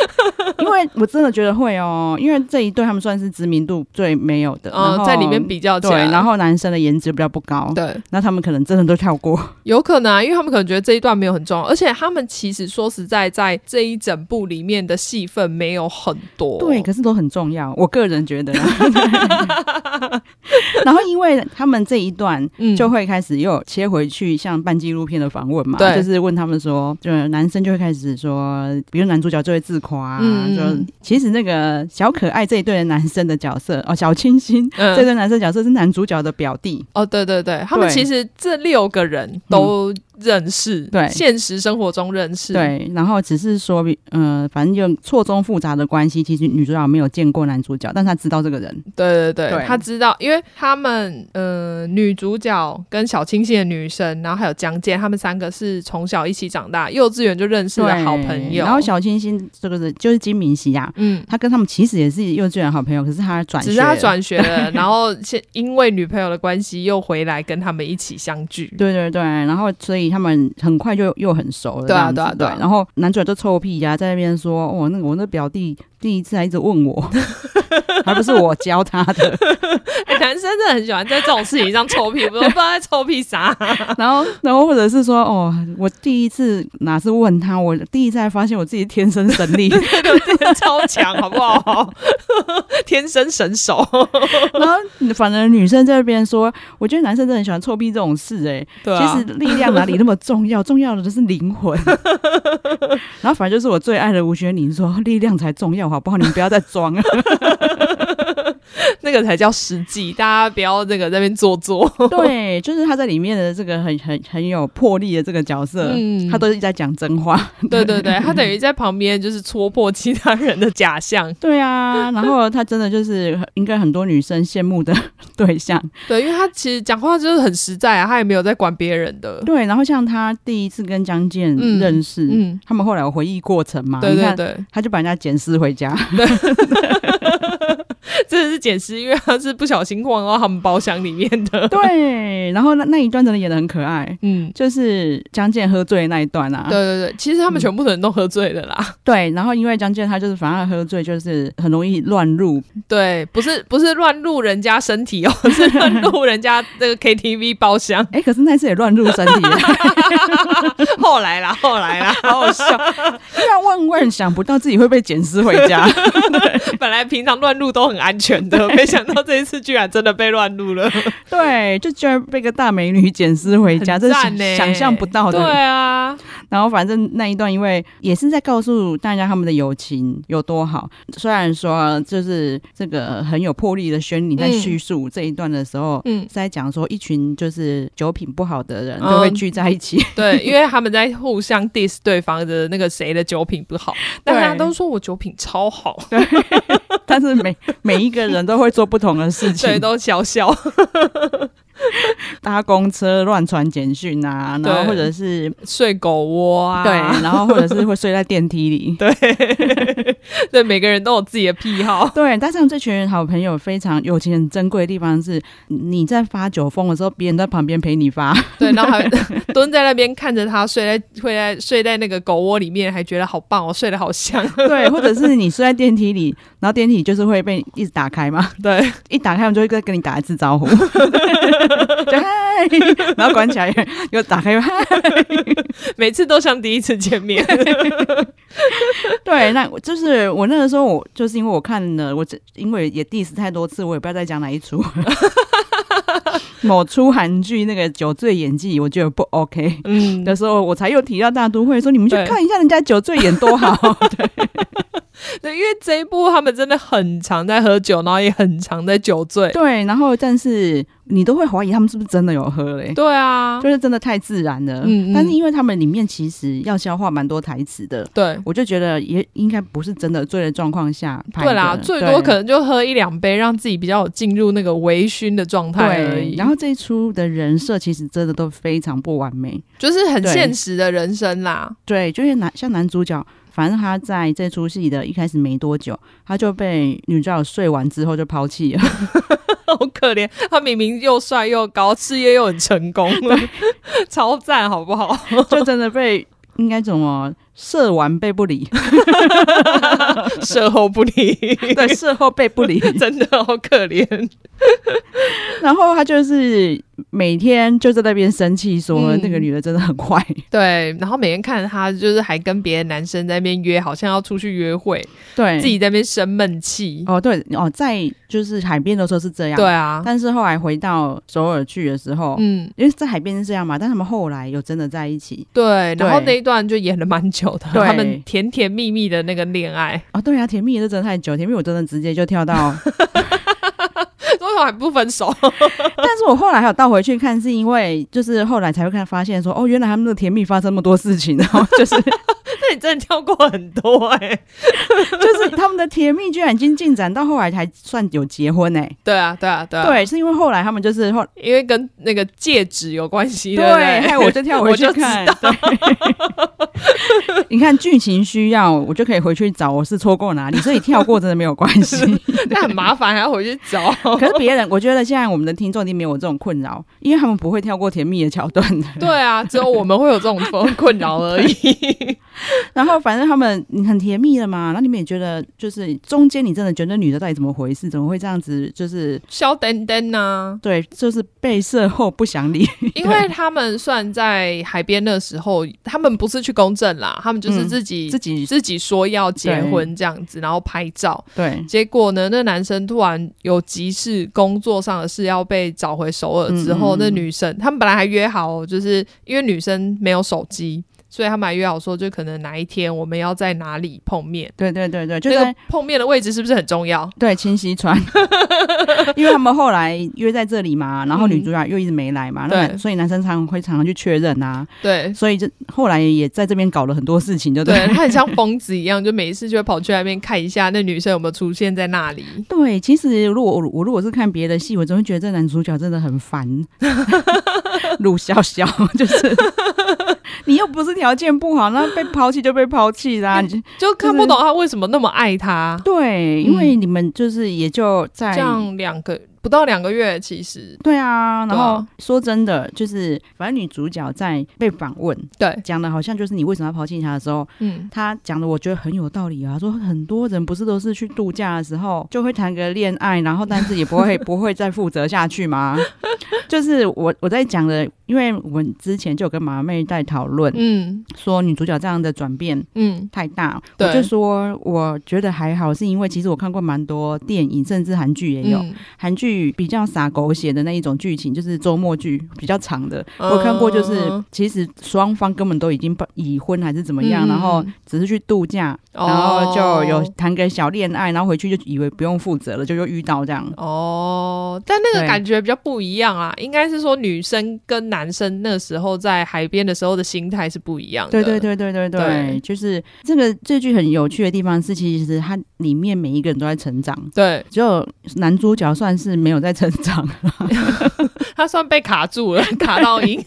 Speaker 1: 因为我真的觉得会哦，因为这一对他们算是知名度最没有的，然
Speaker 2: 嗯，
Speaker 1: 后
Speaker 2: 在里面比较起
Speaker 1: 对，
Speaker 2: 来，
Speaker 1: 然后男生的颜值比较不高，
Speaker 2: 对，
Speaker 1: 那他们可能真的都跳过。
Speaker 2: 有可能啊，因为他们可能觉得这一段没有很重要，而且他们其实说实在，在这一整部里面的戏份没有很多。
Speaker 1: 对，可是都很重要，我个人觉得啦。 *laughs* 然后因为他们这一段。
Speaker 2: 嗯
Speaker 1: 就会开始又切回去，像半纪录片的访问嘛，
Speaker 2: 对
Speaker 1: 就是问他们说，就是男生就会开始说，比如男主角就会自夸、啊，
Speaker 2: 嗯
Speaker 1: 就其实那个小可爱这一对的男生的角色哦，小清新
Speaker 2: 嗯
Speaker 1: 这对男生角色是男主角的表弟，
Speaker 2: 哦，对对对，他们
Speaker 1: 对嗯
Speaker 2: 其实这六个人都认识，
Speaker 1: 对
Speaker 2: 现实生活中认识，，
Speaker 1: 对，然后只是说，呃，反正就错综复杂的关系，其实女主角没有见过男主角，但她知道这个人，
Speaker 2: 对对对，
Speaker 1: 对
Speaker 2: 他知道，因为他们呃，女主角跟小清新的女生，然后还有江建，他们三个是从小一起长大，幼稚园就认识的啊好朋
Speaker 1: 对
Speaker 2: 友。
Speaker 1: 然后小清新这个是就是金敏熙啊，
Speaker 2: 嗯，
Speaker 1: 他跟他们其实也是幼稚园好朋友，可是他转学，
Speaker 2: 只是他，转学
Speaker 1: *laughs*
Speaker 2: 了，然后现因为女朋友的关系又回来跟他们一起相聚。
Speaker 1: 对对对，然后所以他们很快就又很熟了，
Speaker 2: 对啊
Speaker 1: 这样子
Speaker 2: 对啊对啊
Speaker 1: 然后男主角就臭屁呀、在那边说，哦，那个我那表弟第一次还一直问我， *laughs* 还不是我教他
Speaker 2: *laughs*
Speaker 1: 的，
Speaker 2: 哎男生真的很喜欢在这种事情上臭屁，我都不知道在臭
Speaker 1: *laughs*
Speaker 2: 屁啥。
Speaker 1: 然后然后或者是说，哦，我第一次哪是问他，我第一次还发现我自己天生神力。
Speaker 2: 超强，好不好？ *laughs* 天生神手， *laughs*
Speaker 1: 然后反而女生在那边说，我觉得男生真的很喜欢臭屁这种事、欸，
Speaker 2: 对啊
Speaker 1: 其实力量哪里那么重要，重要的就是灵
Speaker 2: *laughs*
Speaker 1: 魂。然后反正就是我
Speaker 2: *laughs*
Speaker 1: 最爱的吴学宁说，力量才重要，好不好？你们不要再装了。
Speaker 2: 那个才叫实际，大家不要那个在那边做作。
Speaker 1: 对，就是他在里面的这个很很很有魄力的这个角色，
Speaker 2: 嗯
Speaker 1: 他都是在讲真
Speaker 2: *laughs*
Speaker 1: 话。
Speaker 2: 对对对，他等于在旁边就是戳破其他人的假象。
Speaker 1: 对啊，然后他真的就是应该很多女生羡慕的 *laughs* 对象。
Speaker 2: *laughs* 对，因为他其实讲话就是很实在啊，他也没有在管别人的。
Speaker 1: 对，然后像他第一次跟江建
Speaker 2: 嗯
Speaker 1: 认识，
Speaker 2: 嗯啊
Speaker 1: 他们后来有回忆过程嘛，
Speaker 2: 对
Speaker 1: 你
Speaker 2: 对
Speaker 1: 看
Speaker 2: 对，
Speaker 1: 他就把人家捡尸回家，
Speaker 2: *laughs* 真的是捡尸，因为他是不小心晃到他们包厢里面 *laughs* 的。
Speaker 1: 对，然后那那一段真的演的很可爱。
Speaker 2: *laughs* 嗯，
Speaker 1: 就是江建喝醉的那一段啊，
Speaker 2: 对对对，其实他们全部的人都喝醉了啦。
Speaker 1: 对然后因为江建他就是反正喝醉就是很容易乱入，
Speaker 2: *laughs* 对，不是不是乱入人家身体哦， *laughs* 是乱入人家这个 KTV 包厢。 *laughs*
Speaker 1: 哎、可是那次也乱入身体了， *laughs*
Speaker 2: 后来啦，后来 *laughs* 啦，
Speaker 1: 好好笑，因为万万想不到自己会被捡尸回
Speaker 2: *laughs*
Speaker 1: 家，
Speaker 2: 本来平常乱入都很安全的，没想到这一次居然真的被乱入 *laughs* 了。
Speaker 1: 对，就居然被个大美女捡尸回家，
Speaker 2: 很
Speaker 1: 这是
Speaker 2: 赞欸
Speaker 1: 想
Speaker 2: 呢
Speaker 1: 想象不到
Speaker 2: 对
Speaker 1: 的。
Speaker 2: 啊，
Speaker 1: 然后反正那一段，因为也是在告诉大家他们的友情有多好。虽然说就是这个很有魄力的轩尼在
Speaker 2: 嗯
Speaker 1: 叙述这一段的时候，
Speaker 2: 嗯
Speaker 1: 是，在讲说一群就是酒品不好的人都会
Speaker 2: 嗯
Speaker 1: 聚在一起。 *laughs*
Speaker 2: *laughs* 对，因为他们在互相 diss 对方的那个谁的酒品不好，但
Speaker 1: 对
Speaker 2: 大家都说我酒品超好，
Speaker 1: 但是
Speaker 2: *laughs*
Speaker 1: 每每一个人都会做不同的事
Speaker 2: 所以
Speaker 1: 情，
Speaker 2: 都笑笑。
Speaker 1: 搭公车乱传简讯啊，然后
Speaker 2: 对
Speaker 1: 或者是
Speaker 2: 睡狗窝啊，
Speaker 1: 对，然后或者是会睡在电梯里。
Speaker 2: *laughs* 对对，每个人都有自己的癖好。
Speaker 1: 对，但是这群好朋友非常友情很珍贵的地方是，你在发酒疯的时候，别人在旁边陪你发。
Speaker 2: 对，然后还蹲在那边看着他睡在睡在睡在那个狗窝里面，还觉得好棒哦，睡得好香。
Speaker 1: 对，或者是你睡在电梯里，然后电梯就是会被一直打开嘛，
Speaker 2: *laughs*
Speaker 1: *laughs*
Speaker 2: 对，
Speaker 1: 一打开我们就会跟跟你打一次招呼， *laughs* 就嗨， *laughs* 然后关起来又打开又 *laughs* 嗨。
Speaker 2: 每次都像第一次见面。
Speaker 1: 对，那我就是我那个时候，我就是因为我看了，我这因为也 diss 太多次，我也不知道再讲哪一出。 *laughs* 某出韩剧那个酒醉演技，我觉得不 OK
Speaker 2: *laughs* 嗯，
Speaker 1: 的时候，我才又提到大都会说，你们去
Speaker 2: 对
Speaker 1: 看一下人家酒醉演多好。
Speaker 2: 对，因为这一部他们真的很常在喝酒，然后也很常在酒醉。
Speaker 1: 对，然后但是你都会怀疑他们是不是真的有喝嘞、
Speaker 2: 对啊，
Speaker 1: 就是真的太自然了。
Speaker 2: 嗯嗯嗯
Speaker 1: 但是因为他们里面其实要消化蛮多台词的，
Speaker 2: 对。
Speaker 1: 我就觉得也应该不是真的醉的状况下拍的。
Speaker 2: 对啦，最多可
Speaker 1: 对。
Speaker 2: 能就喝一两杯，让自己比较有进入那个微醺的状态而
Speaker 1: 对
Speaker 2: 已。，
Speaker 1: 然后这一出的人设其实真的都非常不完美。
Speaker 2: 就是很
Speaker 1: 对
Speaker 2: 现实的人生啦。 *laughs*
Speaker 1: 对，就是男像男主角，反正他在这出戏的一开始没多久，他就被女主角睡完之后就抛弃
Speaker 2: *laughs*
Speaker 1: 了。
Speaker 2: 好可怜，他明明又帅又高，事业又很
Speaker 1: *laughs*
Speaker 2: 成功， *laughs* 超赞，好不好？ *laughs*
Speaker 1: 就真的被应该怎么射完背不
Speaker 2: *laughs*
Speaker 1: 理，
Speaker 2: 售后不理， *laughs*
Speaker 1: 对，射后背不理。
Speaker 2: 真的好可
Speaker 1: *laughs*
Speaker 2: 怜。
Speaker 1: 然后他就是每天就在那边生气说
Speaker 2: 嗯
Speaker 1: 那个女的真的很坏。
Speaker 2: 对，然后每天看着他，就是还跟别的男生在那边约，好像要出去约会，
Speaker 1: *laughs* 对，
Speaker 2: 自己在那边生闷气。
Speaker 1: 哦对哦，在就是海边的时候是这样，
Speaker 2: 对。啊，
Speaker 1: 但是后来回到首尔去的时候，
Speaker 2: 嗯，
Speaker 1: 因为在海边是这样嘛，但他们后来有真的在一起
Speaker 2: 对。然后
Speaker 1: 对
Speaker 2: 那一段就演了蛮久的，
Speaker 1: 对
Speaker 2: 他们甜甜蜜蜜的那个恋爱。 *laughs*
Speaker 1: 啊、对啊，甜蜜也是真的太久，甜蜜我真的直接就跳 *laughs* 到，
Speaker 2: 为什么还不分手？
Speaker 1: 但是我后来还有倒回去看，是因为就是后来才会看发现说，哦，原来他们的甜蜜发生那么多事情，然 *laughs* 后就是
Speaker 2: *laughs* 那你真的跳过很多哎、
Speaker 1: 就是他们的甜蜜居然已经进展到后来才算有结婚哎、
Speaker 2: 对啊，对啊，对啊，
Speaker 1: 对，是因为后来他们就是后
Speaker 2: 因为跟那个戒指有关系，
Speaker 1: 对，
Speaker 2: 不对？
Speaker 1: 害我就 *laughs*
Speaker 2: *laughs*
Speaker 1: 跳回
Speaker 2: 我
Speaker 1: 去
Speaker 2: 就
Speaker 1: 看。 *laughs* 对你看剧情需要，我就可以回去找我是错过哪里，所以跳过真的没有关 *laughs* 系。
Speaker 2: 那很麻烦，还要回去找。 *laughs*
Speaker 1: 可是别人，我觉得现在我们的听众一定没有这种困扰，因为他们不会跳过甜蜜的桥段的。
Speaker 2: 对啊，只有我们会有这种困困扰而 *laughs* 已。
Speaker 1: *laughs* 然后反正他们你很甜蜜了嘛，那你们也觉得就是中间你真的觉得女的到底怎么回事，怎么会这样子？就是
Speaker 2: 肖丹丹呢？
Speaker 1: 对，就是被射后不想 *laughs* 理。
Speaker 2: 因为他们算在海边的时候，他们不是去公证啦，他们就是
Speaker 1: 嗯
Speaker 2: 自己、
Speaker 1: 自己
Speaker 2: 自己说要结婚这样子，然后拍照。
Speaker 1: 对
Speaker 2: 结果呢，那男生突然有急事，工作上的事要被找回首尔之后，
Speaker 1: 嗯嗯嗯
Speaker 2: 那女生他们本来还约好哦，就是因为女生没有手机。所以他们还约好说，就可能哪一天我们要在哪里碰面。
Speaker 1: 对对对对，就
Speaker 2: 那
Speaker 1: 在、
Speaker 2: 个碰面的位置是不是很重要？
Speaker 1: 对清溪川， *laughs* 因为他们后来约在这里嘛，然后女主角又一直没来嘛，那
Speaker 2: 嗯对
Speaker 1: 所以男生常常会常常去确认啊，
Speaker 2: 对
Speaker 1: 所以就后来也在这边搞了很多事情，就对
Speaker 2: 对，他很像疯子一样，就每一次就会跑去那边看一下那女生有没有出现在那里。
Speaker 1: *laughs* 对，其实如果我我如果是看别的戏，我总会觉得这男主角真的很烦， *laughs* 鲁潇潇 *laughs* 就是你又不是条件不好，那被抛弃就被抛弃啦。
Speaker 2: 哎
Speaker 1: 你就
Speaker 2: 就看不懂他为什么那么爱他。
Speaker 1: 对，因为你们就是也就在
Speaker 2: 这样两个不到两个月，其实
Speaker 1: 对啊，
Speaker 2: 对
Speaker 1: 然
Speaker 2: 啊
Speaker 1: 后说真的，就是反正女主角在被访问
Speaker 2: 对，
Speaker 1: 讲的好像就是你为什么要抛弃他的时候，
Speaker 2: 嗯，
Speaker 1: 她讲的我觉得很有道理啊。说很多人不是都是去度假的时候就会谈个恋爱，然后但是也不会 *laughs* 不会再负责下去吗？就是我我在讲的，因为我们之前就有跟马妹在讨论，
Speaker 2: 嗯
Speaker 1: 说女主角这样的转变
Speaker 2: 嗯，
Speaker 1: 太大，
Speaker 2: 对
Speaker 1: 我就说我觉得还好，是因为其实我看过蛮多电影，甚至韩剧也有。
Speaker 2: 嗯
Speaker 1: 韩剧比较洒狗血的那一种剧情，就是周末剧比较长的，
Speaker 2: 哦
Speaker 1: 我看过，就是
Speaker 2: 嗯
Speaker 1: 其实双方根本都已经不已婚还是怎么样，
Speaker 2: 嗯
Speaker 1: 然后只是去度假，
Speaker 2: 哦
Speaker 1: 然后就有谈个小恋爱，然后回去就以为不用负责了，就又遇到这样。
Speaker 2: 哦，但那个
Speaker 1: 对
Speaker 2: 感觉比较不一样啊，应该是说女生跟男生那时候在海边的时候的心态是不一样的。
Speaker 1: 对对对对对对，
Speaker 2: 呃对
Speaker 1: 就是这个这剧很有趣的地方是，其实它里面每一个人都在成长，
Speaker 2: 对，
Speaker 1: 只有男主角算是没有在成长，
Speaker 2: 他算被
Speaker 1: *laughs*
Speaker 2: 卡住了，卡到音。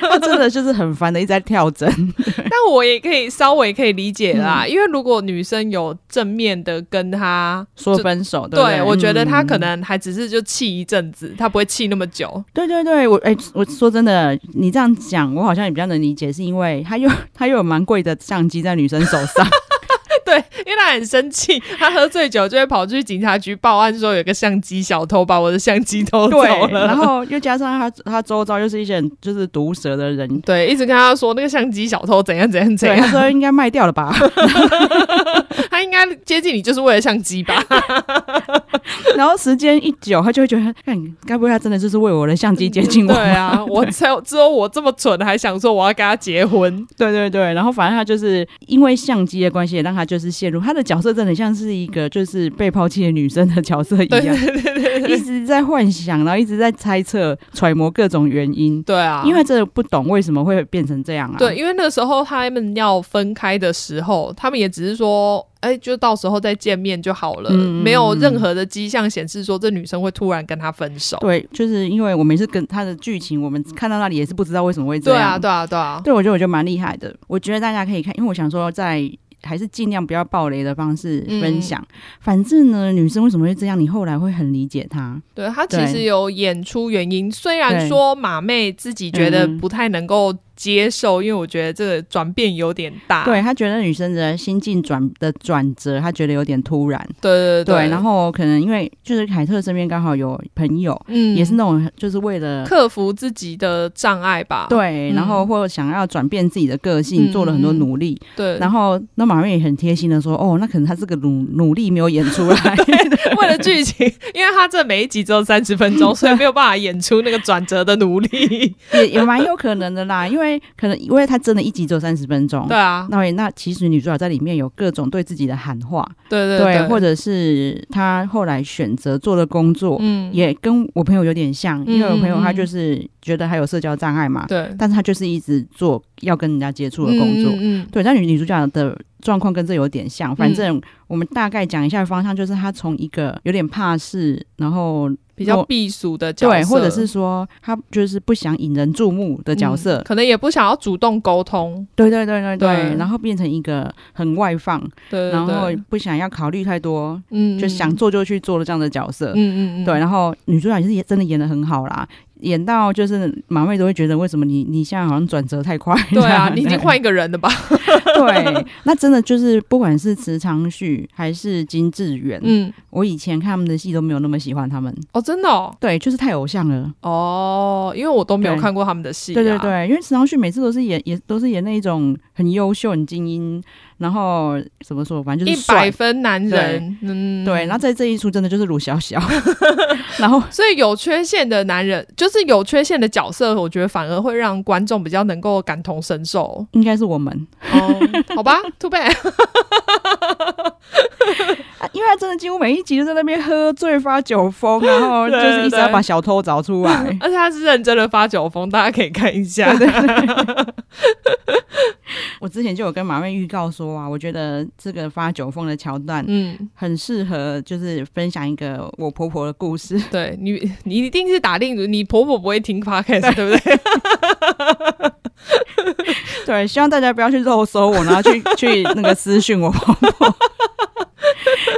Speaker 1: 他真的就是很烦的一直在跳针。
Speaker 2: 但我也可以稍微可以理解啦，
Speaker 1: 嗯
Speaker 2: 因为如果女生有正面的跟他
Speaker 1: 说
Speaker 2: *laughs* 就
Speaker 1: 分手，对
Speaker 2: 对
Speaker 1: 不对
Speaker 2: 我觉得他
Speaker 1: 嗯
Speaker 2: 可能还只是就气一阵子，他不会气那么
Speaker 1: *laughs*
Speaker 2: 久。
Speaker 1: 对对对，我哎、我说真的，你这样讲，我好像也比较能理解，是因为他又他又有蛮贵的相机在女生手上，
Speaker 2: 对，因为他很生气，他喝醉酒就会跑去警察局报案，说有个相机小偷把我的相
Speaker 1: *laughs*
Speaker 2: 机偷走
Speaker 1: 对，
Speaker 2: 哦了。
Speaker 1: 然后又加上他他周遭又是一些很就是毒舌的人，
Speaker 2: 对，一直跟他说那个相机小偷怎样怎样怎
Speaker 1: 对，
Speaker 2: 样 *laughs*
Speaker 1: 他，说应该卖掉了吧？ *laughs*
Speaker 2: 他应该接近你就是为了相机吧？
Speaker 1: 然后时间一久，他就会觉得，看，该不会他真的就是为我的相机接近我
Speaker 2: 对
Speaker 1: 吗？ *laughs*
Speaker 2: 啊，我才有只有我这么蠢，还想说我要跟他结婚。
Speaker 1: 对对对，然后反正他就是因为相机的关系，也让他就是陷入他的角色，真的很像是一个就是被抛弃的女生的角色一
Speaker 2: 对
Speaker 1: 样，
Speaker 2: 对对对对
Speaker 1: 一直在幻想，然后一直在猜测、揣摩各种原因。
Speaker 2: 对啊，
Speaker 1: 因为这个不懂为什么会变成这样啊？
Speaker 2: 对，因为那个时候他们要分开的时候，他们也只是说，哎、就到时候再见面就好了，
Speaker 1: 嗯
Speaker 2: 没有任何的迹象显示说这女生会突然跟他分手。
Speaker 1: 对，就是因为我每次跟他的剧情，我们看到那里也是不知道为什么会这
Speaker 2: 对
Speaker 1: 样。
Speaker 2: 啊，对啊，对啊，
Speaker 1: 对我觉得我觉得蛮厉害的。我觉得大家可以看，因为我想说在。还是尽量不要暴雷的方式
Speaker 2: 嗯
Speaker 1: 分享。反正呢，女生为什么会这样，你后来会很理解她。
Speaker 2: 对他其
Speaker 1: 对
Speaker 2: 实有演出原因，虽
Speaker 1: 对
Speaker 2: 然说马妹自己觉得
Speaker 1: 嗯
Speaker 2: 不太能够接受，因为我觉得这个转变有点大。
Speaker 1: 对她觉得女生的心境转的转折，她觉得有点突然。
Speaker 2: 对对
Speaker 1: 对，
Speaker 2: 对，
Speaker 1: 然后可能因为就是凯特身边刚好有朋友，
Speaker 2: 嗯
Speaker 1: 也是那种就是为了
Speaker 2: 克服自己的障碍吧。
Speaker 1: 对，
Speaker 2: 嗯
Speaker 1: 然后或者想要转变自己的个性，
Speaker 2: 嗯
Speaker 1: 做了很多
Speaker 2: 嗯嗯
Speaker 1: 努力。
Speaker 2: 对，
Speaker 1: 然后那马瑞也很贴心的说：“哦，那可能他这个努努力没有演出来。 *laughs*
Speaker 2: 为了剧情，因为他这每一集只有三十分钟，所以没有办法演出那个转折的努力。”
Speaker 1: 也也蛮有可能的啦，因为可能因为他真的一集只有三十分钟。
Speaker 2: 对啊，
Speaker 1: 哦那也那其实女主角在里面有各种对自己的喊话，
Speaker 2: 对对
Speaker 1: 或
Speaker 2: 者
Speaker 1: 者是她后来选择做的工作，
Speaker 2: 嗯
Speaker 1: 也跟我朋友有点像，因为我朋友他就是觉得他有社交障碍嘛，
Speaker 2: 对
Speaker 1: 但是他就是一直做要跟人家接触的工作，
Speaker 2: 嗯嗯
Speaker 1: 对，但女女主角的状况跟这有点像，
Speaker 2: 嗯
Speaker 1: 反正我们大概讲一下方向，就是她从一个有点怕事，然后
Speaker 2: 比较
Speaker 1: 落
Speaker 2: 避暑的角色，
Speaker 1: 对，或者是说她就是不想引人注目的角色，
Speaker 2: 嗯可能也不想要主动沟通。
Speaker 1: 对对对对对，
Speaker 2: 对
Speaker 1: 然后变成一个很外放，
Speaker 2: 对，对
Speaker 1: 然后
Speaker 2: 对
Speaker 1: 不想要考虑太多，
Speaker 2: 嗯
Speaker 1: 就想做就去做的这样的角色。
Speaker 2: 嗯嗯嗯，
Speaker 1: 对，然后女主角也是也真的演的很好啦，演到就是马妹都会觉得为什么你你现在好像转折太快，
Speaker 2: 对
Speaker 1: *laughs*
Speaker 2: 啊，你已经换一个人了吧？ *laughs*
Speaker 1: 对，那真的就是不管是池昌旭还是金智媛，
Speaker 2: 嗯，
Speaker 1: 我以前看他们的戏都没有那么喜欢他们。
Speaker 2: 哦，真的哦，
Speaker 1: 对，就是太偶像了。
Speaker 2: 哦，因为我都没有
Speaker 1: 对
Speaker 2: 看过他们的戏啊，
Speaker 1: 对对对，因为池昌旭每次都是演，也都是演那一种很优秀、很精英，然后怎么说，反正就
Speaker 2: 一
Speaker 1: 是帅
Speaker 2: 百。分男人，
Speaker 1: *laughs*
Speaker 2: 嗯， *laughs*
Speaker 1: 对，然后在这一出真的就是鲁小小，然后
Speaker 2: 所以有缺陷的男人，就是就是有缺陷的角色，我觉得反而会让观众比较能够感同身受。
Speaker 1: 应该是我们，
Speaker 2: 哦， *laughs* 好吧，Too bad。
Speaker 1: 啊因为他真的几乎每一集都在那边喝醉发酒疯，然后就
Speaker 2: *laughs* 对
Speaker 1: 是一直
Speaker 2: 对
Speaker 1: 要把小偷找出
Speaker 2: *laughs*
Speaker 1: 来。
Speaker 2: 而且他是认真的发酒疯，大家可以看一下。
Speaker 1: 我之前就有跟马瑞预告说啊，我觉得这个发酒疯的桥段
Speaker 2: *laughs* 嗯，
Speaker 1: 很适合，就是分享一个我婆婆的故
Speaker 2: *laughs*
Speaker 1: 事。
Speaker 2: 对你，你一定是打定主，你婆婆不
Speaker 1: *laughs*
Speaker 2: 会听 podcast，对不对？
Speaker 1: 对，希望大家不要去肉搜我，然后
Speaker 2: *laughs*
Speaker 1: 去去那个私讯我婆婆。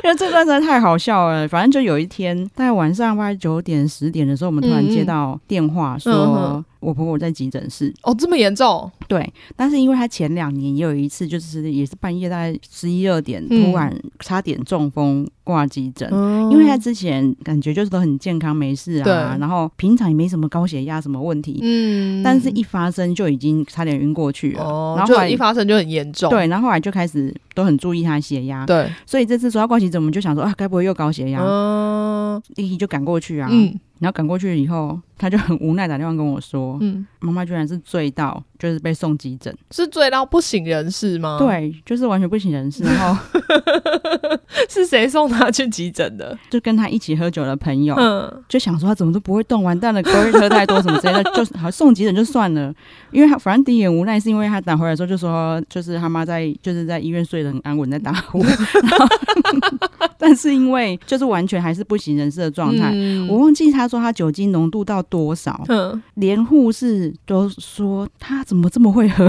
Speaker 1: 因为这段实在太好笑了，反正就有一天，大概晚上八九点十点的时候，我们突然
Speaker 2: 嗯嗯
Speaker 1: 接到电话
Speaker 2: 嗯
Speaker 1: 说
Speaker 2: 哼
Speaker 1: 我婆婆在急诊室。
Speaker 2: 哦，这么严重？
Speaker 1: 对，但是因为她前两年也有一次，就是也是半夜大概十一二点，
Speaker 2: 嗯
Speaker 1: 突然差点中风挂急诊。
Speaker 2: 嗯
Speaker 1: 因为她之前感觉就是都很健康，没事
Speaker 2: 对
Speaker 1: 啊，然后平常也没什么高血压什么问题，
Speaker 2: 嗯
Speaker 1: 但是一发生就已经差点晕过去了。
Speaker 2: 哦，
Speaker 1: 然后后
Speaker 2: 就
Speaker 1: 来
Speaker 2: 一发生就很严重。
Speaker 1: 对，然啊后后来就开始都很注意他的血压，
Speaker 2: 对，
Speaker 1: 所以这次说要挂急诊，我们就想说啊，该不会又高血压？
Speaker 2: 嗯
Speaker 1: 立即就赶过去啊，
Speaker 2: 嗯
Speaker 1: 然后赶过去以后，他就很无奈打电话跟我说，
Speaker 2: 嗯，
Speaker 1: 妈妈居然是醉到就是被送急诊，
Speaker 2: 是醉到不省人事吗？，
Speaker 1: 对，就是完全不省人事，然后
Speaker 2: *laughs*
Speaker 1: *laughs*
Speaker 2: 是谁送她去急诊的？
Speaker 1: 就跟他一起喝酒的朋友。
Speaker 2: 嗯，
Speaker 1: 就想说他怎么都不会动，完蛋了，不会喝太多什么之类的， *laughs* 就是好送急诊就算了，因为他反正第一眼无奈是因为他打回来的时候就说，就是他妈在就是在医院睡得很安稳在打呼， *laughs* 然后但是因为就是完全还是不省人事的状态。
Speaker 2: 嗯
Speaker 1: 我忘记他说他酒精浓度到多少，
Speaker 2: 嗯，
Speaker 1: 连护士都说他怎么这么会喝，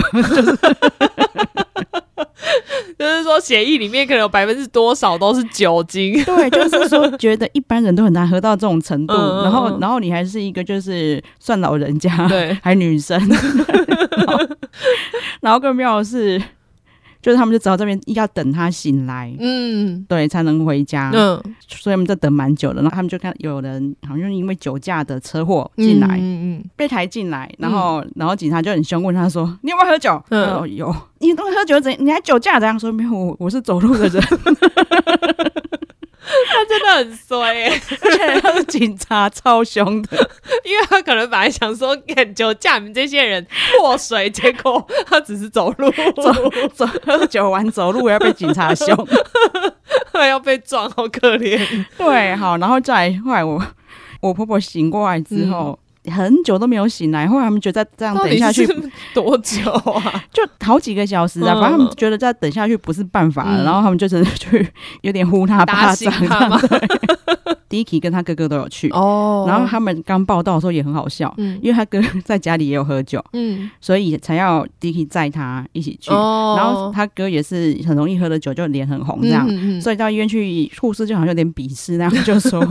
Speaker 2: *laughs* 就是说协议里面可能有百分之多少都是酒
Speaker 1: *laughs*
Speaker 2: 精。
Speaker 1: 对，就是说觉得一般人都很难喝到这种程度，
Speaker 2: 嗯嗯嗯
Speaker 1: 然后然后你还是一个就是算老人家，
Speaker 2: 对，
Speaker 1: *laughs* 还女生。然后然后更妙的是，就是他们就只好这边要等他醒来。
Speaker 2: 嗯
Speaker 1: 对，才能回家，
Speaker 2: 嗯，
Speaker 1: 所以他们就等蛮久了。然后他们就看有人好像因为酒驾的车祸进来，
Speaker 2: 嗯嗯
Speaker 1: 被抬进来，然后、然后警察就很凶问他说：“你有没有喝酒？”
Speaker 2: 嗯
Speaker 1: 嗯，有。你都喝酒怎？你还酒驾怎样？说没有，我我是走路的
Speaker 2: *laughs*
Speaker 1: 人， *laughs*
Speaker 2: 他真的很衰、 *laughs* 欸，
Speaker 1: 而且他是警察，超凶的。
Speaker 2: 因为他可能本来想说，干酒驾你们这些人祸水，结果他只是走路， *laughs*
Speaker 1: 走喝酒完走路要被警察凶。
Speaker 2: 还哎要被撞，好可
Speaker 1: *laughs*
Speaker 2: 怜。
Speaker 1: 对，好，然后再来后来我我婆婆醒过来之后。很久都没有醒来，后来他们觉得再这样
Speaker 2: 嗯到
Speaker 1: 等
Speaker 2: 底
Speaker 1: 下去
Speaker 2: 是多久
Speaker 1: *laughs*
Speaker 2: 啊？
Speaker 1: 就好几个小时啊，
Speaker 2: 嗯
Speaker 1: 反正他们觉得再等下去不是办法了，
Speaker 2: 嗯
Speaker 1: 然后他们就真的去有点呼他巴
Speaker 2: 打醒
Speaker 1: 掌。啊
Speaker 2: 他吗？
Speaker 1: Dicky 跟他哥哥都有去，
Speaker 2: 哦
Speaker 1: 然后他们刚报道的时候也很好笑，
Speaker 2: 嗯
Speaker 1: 因为他哥在家里也有喝酒，
Speaker 2: 嗯，
Speaker 1: 所以才要 Dicky 载他一起去。
Speaker 2: 哦
Speaker 1: 然后他哥也是很容易喝了酒就脸很红这样，
Speaker 2: 嗯嗯嗯
Speaker 1: 所以到医院去，护士就好像有点鄙视那样，就 *laughs* 说：“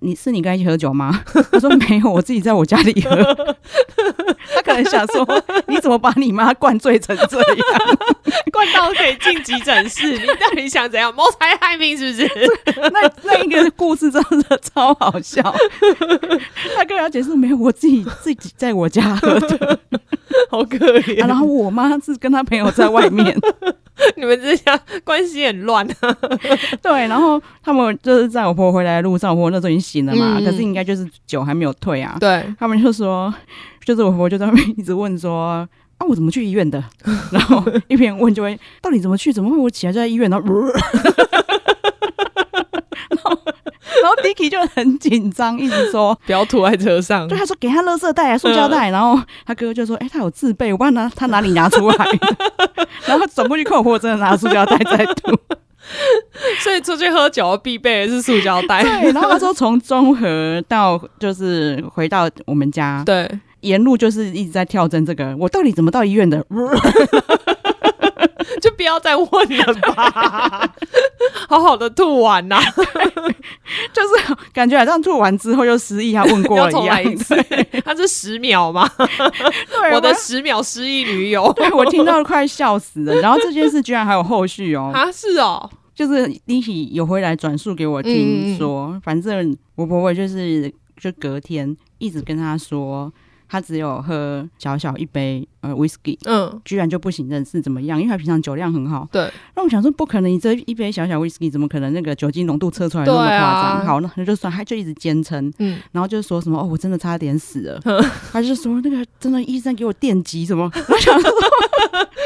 Speaker 1: 你是你跟他一起喝酒吗？” *laughs* 他说：“没有，我自己在我家里喝。” *laughs* 他可能想说：“你怎么把你妈灌醉成这样
Speaker 2: 灌到可以进急诊室，你到底想怎样？谋财害命是不
Speaker 1: *laughs*
Speaker 2: 是？？”
Speaker 1: *laughs* 那那一个故事真的超好 *laughs* 笑。他跟他解释：“没有，我自己自己在我家喝 *laughs* 的。
Speaker 2: 好可
Speaker 1: 啊
Speaker 2: 怜，
Speaker 1: 然后我妈是跟他朋友在外 *laughs* 面。
Speaker 2: *laughs* 你们这家关系很乱啊。
Speaker 1: 对，然后他们就是在我婆婆回来的路上，我婆婆那时候已经醒了嘛，
Speaker 2: 嗯
Speaker 1: 可是应该就是酒还没有退啊。
Speaker 2: 对，
Speaker 1: 他们就说，就是我婆婆就在那边一直问说。啊，我怎么去医院的？ *laughs* 然后一边问就会，到底怎么去？怎么会我起来就在医院？然后， *laughs* 呃然后，然后 Dicky 就很紧张，一直说，
Speaker 2: 不要吐在车上
Speaker 1: 就。他说给他垃圾袋、啊塑胶袋，然后他哥就说，哎、他有自备，我不知道拿他哪里拿出来的。 *laughs* 然后转过去看我婆婆真的拿塑胶袋在吐，
Speaker 2: 所以出去喝酒必备的是塑胶袋。
Speaker 1: 对。然后他说从中和到就是回到我们家，
Speaker 2: *laughs* 对，
Speaker 1: 沿路就是一直在跳针这个，我到底怎么到医院的？
Speaker 2: 就不要再问了吧，好好的吐完啊呐、
Speaker 1: 就是感觉好像吐完之后又失忆，他问过
Speaker 2: 要
Speaker 1: 了一
Speaker 2: 重
Speaker 1: 样
Speaker 2: 来。一次。它是十秒吗？
Speaker 1: 对
Speaker 2: 我的
Speaker 1: 我
Speaker 2: 十秒失忆女友
Speaker 1: *laughs* 对我听到快笑死了。然后这件事居然还有后续哦，
Speaker 2: 啊，是哦，
Speaker 1: 就是 Niki 有回来转述给我听
Speaker 2: 嗯嗯嗯
Speaker 1: 说，反正我婆婆就是就隔天一直跟他说。他只有喝小小一杯呃 whisky，
Speaker 2: 嗯，
Speaker 1: 居然就不省人事，怎么样？因为他平常酒量很好。
Speaker 2: 对，
Speaker 1: 那我想说，不可能，你这一杯小小 whisky 怎么可能那个酒精浓度测出来那
Speaker 2: 对
Speaker 1: 么
Speaker 2: 啊
Speaker 1: 夸张？好，那他就算，他就一直坚称，
Speaker 2: 嗯，
Speaker 1: 然后就说什么哦，我真的差点死了
Speaker 2: *laughs* 嗯，
Speaker 1: 他就说那个真的医生给我电击什么，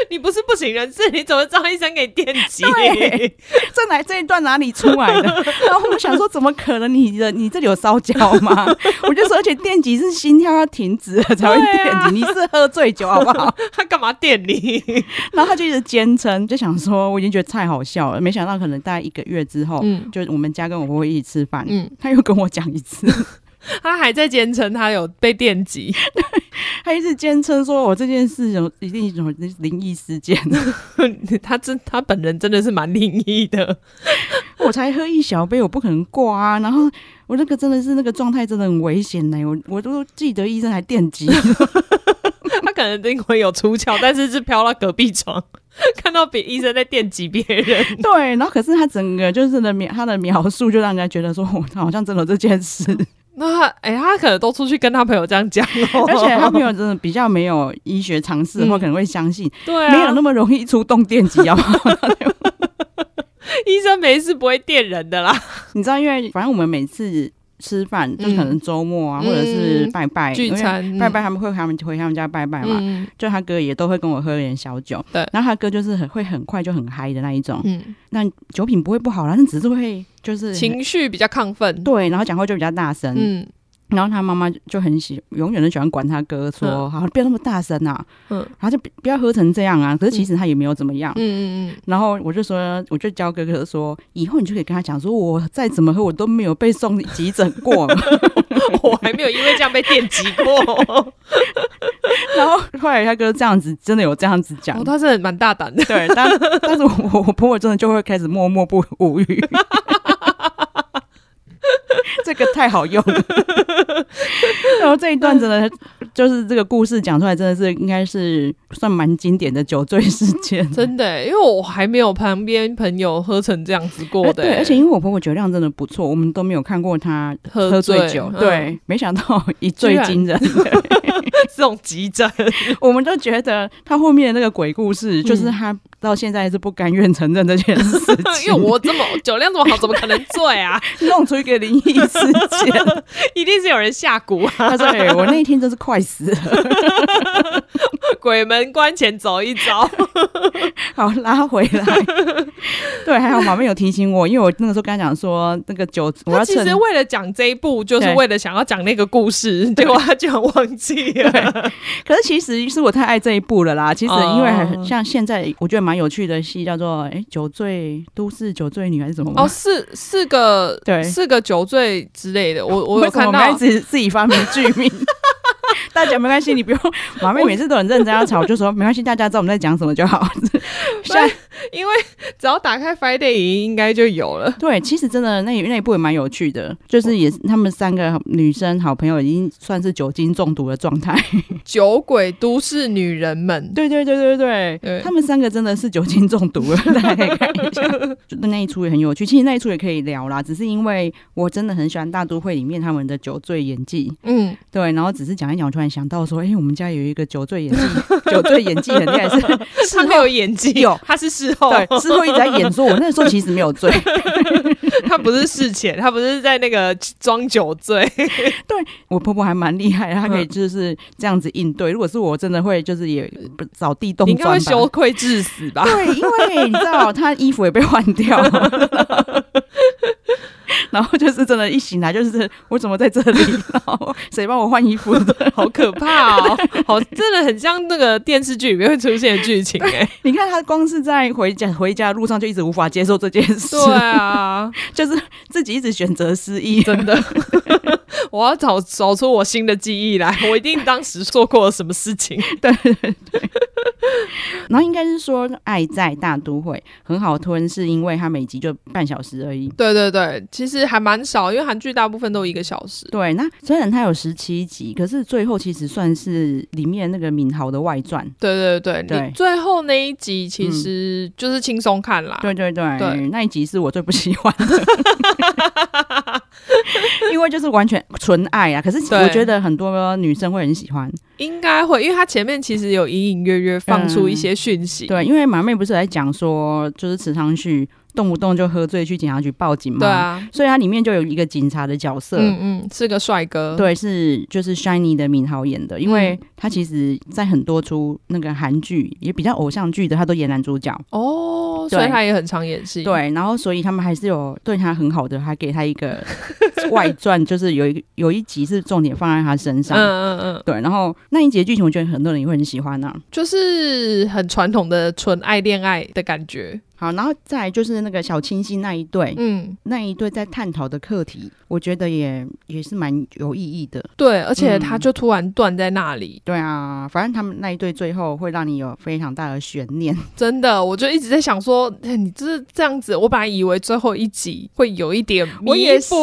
Speaker 2: 你不是不省人事，你怎么张医生给电 *laughs* 击？
Speaker 1: 对这来这一段哪里出来
Speaker 2: *laughs*
Speaker 1: 的？然后我想说，怎么可能？你的你这里有烧焦
Speaker 2: *laughs*
Speaker 1: 吗？我就说，而且电击是心跳要停止了才会电
Speaker 2: 对
Speaker 1: 击，
Speaker 2: 啊
Speaker 1: 你是喝醉酒好不好？
Speaker 2: 他干嘛电你？
Speaker 1: *laughs* 然后他就一直坚称，就想说我已经觉得太好笑了，没想到可能大概一个月之后，
Speaker 2: 嗯
Speaker 1: 就我们家跟我婆婆一起吃饭，
Speaker 2: 嗯，
Speaker 1: 他又跟我讲一次， *laughs*
Speaker 2: 他还在坚称他有被电击， *laughs*
Speaker 1: 他一直坚称说我这件事有一定有灵异事件，
Speaker 2: 他真他本人真的是蛮灵异的。
Speaker 1: *laughs* 我才喝一小杯，我不可能挂啊。然后我那个真的是那个状态真的很危险呢、我我都记得医生还电
Speaker 2: *laughs*
Speaker 1: 击，
Speaker 2: 他可能灵魂有出 *laughs* 窍，但是是飘到隔壁床， *laughs* 看到比医生在电击别人。
Speaker 1: 对，然后可是他整个就是的描他的描述就让人家觉得说，我好像真的有这件
Speaker 2: *laughs*
Speaker 1: 事，
Speaker 2: 那哎、他可能都出去跟他朋友这样讲哦，
Speaker 1: 而且他朋友真的比较没有医学常识，
Speaker 2: 嗯
Speaker 1: 或可能会相信，
Speaker 2: *laughs* 对、啊、
Speaker 1: 没有那么容易出动电击，好不
Speaker 2: *laughs*
Speaker 1: 好？
Speaker 2: 医生没事不会电人的啦，
Speaker 1: 你知道，因为反正我们每次吃饭，就可能周末啊，
Speaker 2: 嗯
Speaker 1: 或者是拜拜
Speaker 2: 聚
Speaker 1: 因为
Speaker 2: 餐
Speaker 1: 哎拜拜，他们会他们回他们家拜拜嘛。
Speaker 2: 嗯
Speaker 1: 就他哥也都会跟我喝点小酒，
Speaker 2: 对
Speaker 1: 然后他哥就是很会很快就很嗨的那一种，
Speaker 2: 嗯，
Speaker 1: 那酒品不会不好啦，那只是会就是
Speaker 2: 情绪比较亢奋，
Speaker 1: 对，然后讲话就比较大声，
Speaker 2: 嗯
Speaker 1: 然后他妈妈就很喜，永远都喜欢管他哥说，好、不要那么大声啊，
Speaker 2: 嗯
Speaker 1: 然后就不不要喝成这样啊。可是其实他也没有怎么样。
Speaker 2: 嗯嗯
Speaker 1: 然后我就说，我就教哥哥说，以后你就可以跟他讲说，我再怎么喝，我都没有被送急诊过。
Speaker 2: *laughs* 嗯， *laughs* 我还没有因为这样被电击过，
Speaker 1: 然后后来他哥这样子，真的有这样子 *laughs* 讲。
Speaker 2: 哦，他是蛮大胆的，
Speaker 1: *laughs* 对，但但是我我我婆婆真的就会开始默默不无语。 *laughs* 这个太好用了， *laughs* 然后这一段真的就是这个故事讲出来，真的是应该是算蛮经典的酒醉事件。
Speaker 2: 真的欸，因为我还没有旁边朋友喝成这样子过
Speaker 1: *laughs* 哎
Speaker 2: 的
Speaker 1: 对，
Speaker 2: 欸，
Speaker 1: 而且因为我婆婆酒量真的不错，我们都没有看过她
Speaker 2: 喝
Speaker 1: 喝醉
Speaker 2: 醉
Speaker 1: 酒，
Speaker 2: 嗯
Speaker 1: 对，没想 *laughs* 到一醉惊人。
Speaker 2: 这种
Speaker 1: *laughs*
Speaker 2: 急诊，
Speaker 1: 我们都觉得她后面的那个鬼故事，就是她到现在是不甘愿承认这件事情，
Speaker 2: 因为我这么酒量这么好，怎么可能醉啊？
Speaker 1: 弄出一个灵异事件。
Speaker 2: *laughs* 一定是有人下蛊 *laughs*
Speaker 1: *laughs*
Speaker 2: 啊！
Speaker 1: 他说：“哎、我那一天真是快死 *laughs* 了。
Speaker 2: 鬼门关前走一 *laughs* 遭，
Speaker 1: 好，拉回 *laughs* 来。对，还好马妹有提醒我，因为我那个时候跟他讲说，那个酒我
Speaker 2: 他
Speaker 1: 要
Speaker 2: 其
Speaker 1: 趁
Speaker 2: 实为了讲这一部，就是
Speaker 1: 对
Speaker 2: 为了想要讲那个故事，结果他居然忘记
Speaker 1: *laughs*
Speaker 2: 了。
Speaker 1: 可是其实是我太爱这一部了啦。其实
Speaker 2: 哦
Speaker 1: 因为很像现在我觉得蛮有趣的戏，叫做《哎、酒醉都市酒醉女》还是什么吗？
Speaker 2: *laughs* 哦，四四个
Speaker 1: 对
Speaker 2: 四个酒醉之类的，我我有
Speaker 1: 为什么
Speaker 2: 看
Speaker 1: 我
Speaker 2: 到
Speaker 1: 们还自己自己发明剧 *laughs* 名。大家没关系，你不 *laughs* 用。马妹每次都很认真要吵，我就说没关系，大家知道我们在讲什么就 *laughs* 好。像
Speaker 2: 因为只要打开 Friday 影应该就有 *laughs* 了。
Speaker 1: 对，其实真的那那一部也蛮有趣的，就是也是他们三个女生好朋友已经算是酒精中毒的状态。 *laughs*
Speaker 2: 酒鬼都市女人们，
Speaker 1: 对对对对对，
Speaker 2: 对
Speaker 1: 他们三个真的是酒精中毒了，大家可以看一下。就那一出也很有趣，其实那一出也可以聊啦，只是因为我真的很喜欢大都会里面他们的酒醉演技。
Speaker 2: 嗯，
Speaker 1: 对，然后只是讲一讲，我突然想到说，哎、我们家有一个酒醉演技，酒醉演技很厉害，是
Speaker 2: 他没有演技，
Speaker 1: 有
Speaker 2: 他是事后，
Speaker 1: 对，事后一直在演说，我那时候其实没有醉。
Speaker 2: 他不是事前，他不是在那个装酒醉，
Speaker 1: 我婆婆还蛮厉害的，她可以
Speaker 2: 嗯
Speaker 1: 就是这样子应对。如果是我，真的会就是也不找地洞
Speaker 2: 你应该
Speaker 1: 钻
Speaker 2: 会
Speaker 1: 吧 *laughs*
Speaker 2: 羞愧致死吧？
Speaker 1: 对，因为你知道，她衣服也被换掉了 *laughs* 然后就是真的，一醒来就是我怎么在这里？ *laughs* 然后谁帮我换衣服 *laughs* 的？
Speaker 2: *laughs* 好可怕 *laughs* 哦！好，真的很像那个电视剧里面会出现的剧情哎、
Speaker 1: 你看她光是在回家回家的路上就一直无法接受这件事，
Speaker 2: *laughs* 对啊，
Speaker 1: 就是自己一直选择失忆。
Speaker 2: *laughs* 真的， *laughs* 我要找找出我新的记忆来，我一定当时做过了什么事情。
Speaker 1: 对对对，然后应该是说《爱在大都会》很好吞，是因为它每集就半小时而已。
Speaker 2: *laughs* 对对对，其实还蛮少，因为韩剧大部分都一个小时。
Speaker 1: 对，那虽然它有十七集，可是最后其实算是里面那个敏豪的外传。
Speaker 2: 对对对，
Speaker 1: 对
Speaker 2: 你最后那一集其实就是轻松看啦。
Speaker 1: 对对对，
Speaker 2: 啊对
Speaker 1: 那一集是我最不喜欢的， *laughs* 因为就是完全纯爱啊。可是
Speaker 2: 对
Speaker 1: 我觉得很多女生会很喜欢，
Speaker 2: 应该会，因为它前面其实有隐隐约约放出一些讯息。
Speaker 1: 对，因为马妹不是在讲说，就是池昌旭动不动就喝醉去警察局报警嘛，
Speaker 2: 对，啊，
Speaker 1: 所以它里面就有一个警察的角色，
Speaker 2: 嗯嗯，是个帅哥。
Speaker 1: 对，是就是 Shiny 的敏豪演的，因为
Speaker 2: 嗯
Speaker 1: 他其实在很多出那个韩剧也比较偶像剧的，他都演男主角。
Speaker 2: 哦，
Speaker 1: 对
Speaker 2: 所以他也很常演戏。
Speaker 1: 对，然后所以他们还是有对他很好的，还给他一
Speaker 2: *laughs*
Speaker 1: 个外传，就是有一个有一集是重点放在他身
Speaker 2: 嗯，
Speaker 1: 上。
Speaker 2: 嗯嗯嗯，
Speaker 1: 对，然后那一集的剧情，我觉得很多人也会很喜欢呐、啊。
Speaker 2: 就是很传统的纯爱恋爱的感觉。
Speaker 1: 好，然后再来就是那个小清新那一对，
Speaker 2: 嗯，
Speaker 1: 那一对在探讨的课题，我觉得也也是蛮有意义的。
Speaker 2: 对，而且
Speaker 1: 嗯
Speaker 2: 他就突然断在那里，
Speaker 1: 对啊，反正他们那一对最后会让你有非常大的悬念。
Speaker 2: 真的，我就一直在想说，哎你这这样子，我本来以为最后一集会有一点弥补，
Speaker 1: 我也是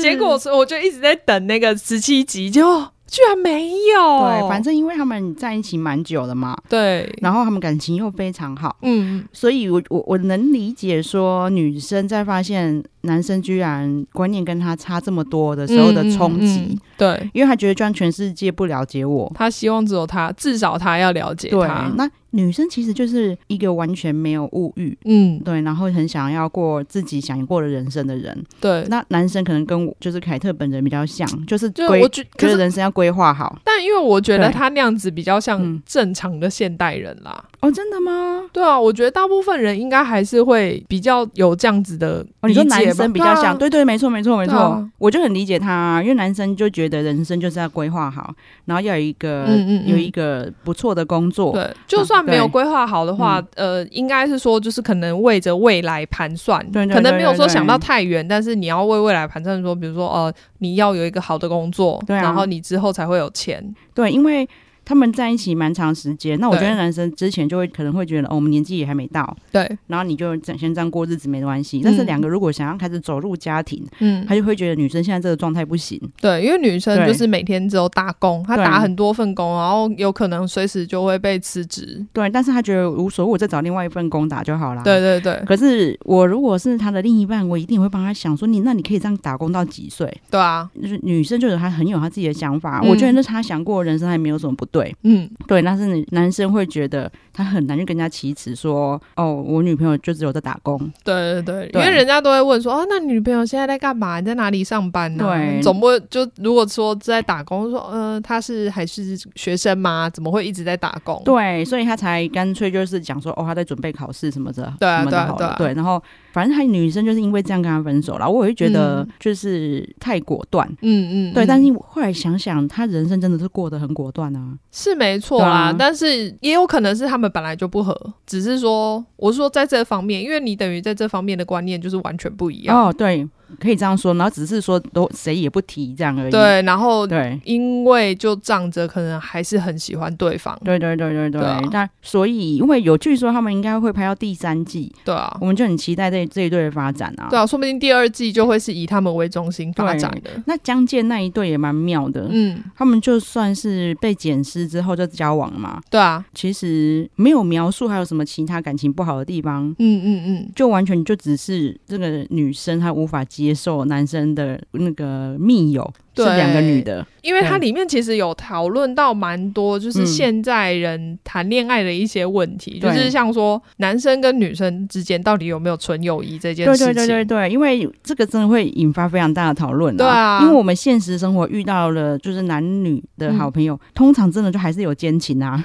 Speaker 2: 结果我就一直在等那个十七集，结果居然没有。
Speaker 1: 对，反正因为他们在一起蛮久了嘛，
Speaker 2: 嗯对，
Speaker 1: 然后他们感情又非常好，
Speaker 2: 嗯，
Speaker 1: 所以我我我能理解说女生在发现男生居然观念跟他差这么多的时候的冲击，
Speaker 2: 嗯嗯嗯对
Speaker 1: 因为他觉得居然全世界不了解我。
Speaker 2: 他希望只有他，至少他要了解
Speaker 1: 对
Speaker 2: 他，。
Speaker 1: 那女生其实就是一个完全没有物欲，
Speaker 2: 嗯，
Speaker 1: 对，然后很想要过自己想过的人生的人。
Speaker 2: 对。
Speaker 1: 那男生可能跟我就是凯特本人比较像，就是
Speaker 2: 就
Speaker 1: 规
Speaker 2: 我觉，可
Speaker 1: 觉得
Speaker 2: 是
Speaker 1: 人生要规划好。
Speaker 2: 但因为我觉得
Speaker 1: 对
Speaker 2: 他那样子比较像
Speaker 1: 嗯
Speaker 2: 正常的现代人啦。
Speaker 1: 哦，真的吗？
Speaker 2: 对啊，我觉得大部分人应该还是会比较有这样子的
Speaker 1: 哦，你说
Speaker 2: 理解
Speaker 1: 男
Speaker 2: 吧
Speaker 1: 生比较
Speaker 2: 对啊
Speaker 1: 像，对对，没错没错没
Speaker 2: 对
Speaker 1: 错
Speaker 2: 啊，
Speaker 1: 我就很理解他啊，因为男生就觉得人生就是要规划好，然后要有一个
Speaker 2: 嗯嗯嗯
Speaker 1: 有一个不错的工作，
Speaker 2: 啊对，就算没有
Speaker 1: 对嗯
Speaker 2: 规划好的话，呃，应该是说就是可能为着未来盘算，
Speaker 1: 对对对
Speaker 2: 可能没有说
Speaker 1: 对对
Speaker 2: 想到太远，但是你要为未来盘算说，比如说呃，你要有一个好的工作，
Speaker 1: 对啊
Speaker 2: 然后你之后才会有钱，
Speaker 1: 对，因为。他们在一起蛮长时间，那我觉
Speaker 2: 对
Speaker 1: 得男生之前就会可能会觉得，哦，我们年纪也还没到，
Speaker 2: 对，
Speaker 1: 然后你就这样先这样过日子没关系。但是
Speaker 2: 嗯
Speaker 1: 两个如果想要开始走入家庭，
Speaker 2: 嗯
Speaker 1: 他，就会觉得女生现在这个状态不行，
Speaker 2: 对，因为女生
Speaker 1: 对
Speaker 2: 就是每天只有打工，她
Speaker 1: 对
Speaker 2: 打很多份工，然后有可能随时就会被辞职，
Speaker 1: 对，但是他觉得无所谓，我再找另外一份工打就好啦。
Speaker 2: 对对对，
Speaker 1: 可是我如果是他的另一半，我一定会帮他想说，你那你可以这样打工到几岁？
Speaker 2: 对啊，
Speaker 1: 就是女生就有她很有她自己的想法，
Speaker 2: 嗯
Speaker 1: 我觉得那是她想过的人生还没有什么不对，
Speaker 2: 嗯，
Speaker 1: 对。但是男生会觉得他很难去跟人家启齿说，哦，我女朋友就只有在打工，
Speaker 2: 对对对，
Speaker 1: 对
Speaker 2: 因为人家都会问说啊，那你女朋友现在在干嘛？你在哪里上班呢、
Speaker 1: 对
Speaker 2: 总不会就如果说在打工，说呃，她是还是学生吗？怎么会一直在打工？
Speaker 1: 对，所以他才干脆就是讲说，哦，他在准备考试什么的，
Speaker 2: 对啊
Speaker 1: 什么
Speaker 2: 对啊
Speaker 1: 的好了，
Speaker 2: 对
Speaker 1: 对。然后反正他女生就是因为这样跟他分手了，我会觉得
Speaker 2: 嗯
Speaker 1: 就是太果断。
Speaker 2: 嗯嗯，
Speaker 1: 对，
Speaker 2: 嗯
Speaker 1: 但是我后来想想，他人生真的是过得很果断啊。
Speaker 2: 是没错
Speaker 1: 对
Speaker 2: 啦、
Speaker 1: 啊
Speaker 2: 但是也有可能是他们本来就不合，只是说我是说在这方面，因为你等于在这方面的观念就是完全不一样，
Speaker 1: 哦，对，可以这样说，然后只是说都谁也不提这样而已。
Speaker 2: 对，然后
Speaker 1: 对
Speaker 2: 因为就仗着可能还是很喜欢对方，
Speaker 1: 对对对对对，
Speaker 2: 对啊
Speaker 1: 那所以因为有据说他们应该会拍到第三季，
Speaker 2: 对啊。
Speaker 1: 我们就很期待这这一对的发展啊。
Speaker 2: 对啊，说不定第二季就会是以他们为中心发
Speaker 1: 对
Speaker 2: 展的。
Speaker 1: 那江建那一对也蛮妙的，
Speaker 2: 嗯，
Speaker 1: 他们就算是被检视之后就交往了嘛，
Speaker 2: 对啊，
Speaker 1: 其实没有描述还有什么其他感情不好的地方。
Speaker 2: 嗯嗯嗯，
Speaker 1: 就完全就只是这个女生她无法接受男生的那个密友是
Speaker 2: 对
Speaker 1: 两个女的，
Speaker 2: 因为它
Speaker 1: 对
Speaker 2: 里面其实有讨论到蛮多，就是
Speaker 1: 嗯
Speaker 2: 现在人谈恋爱的一些问题，就
Speaker 1: 对
Speaker 2: 是像说男生跟女生之间到底有没有纯友谊这件
Speaker 1: 对
Speaker 2: 事情。
Speaker 1: 对对对对，因为这个真的会引发非常大的讨论、
Speaker 2: 对啊
Speaker 1: 因为我们现实生活遇到了就是男女的好朋友，通常真的就还是有奸情
Speaker 2: *laughs*
Speaker 1: 啊，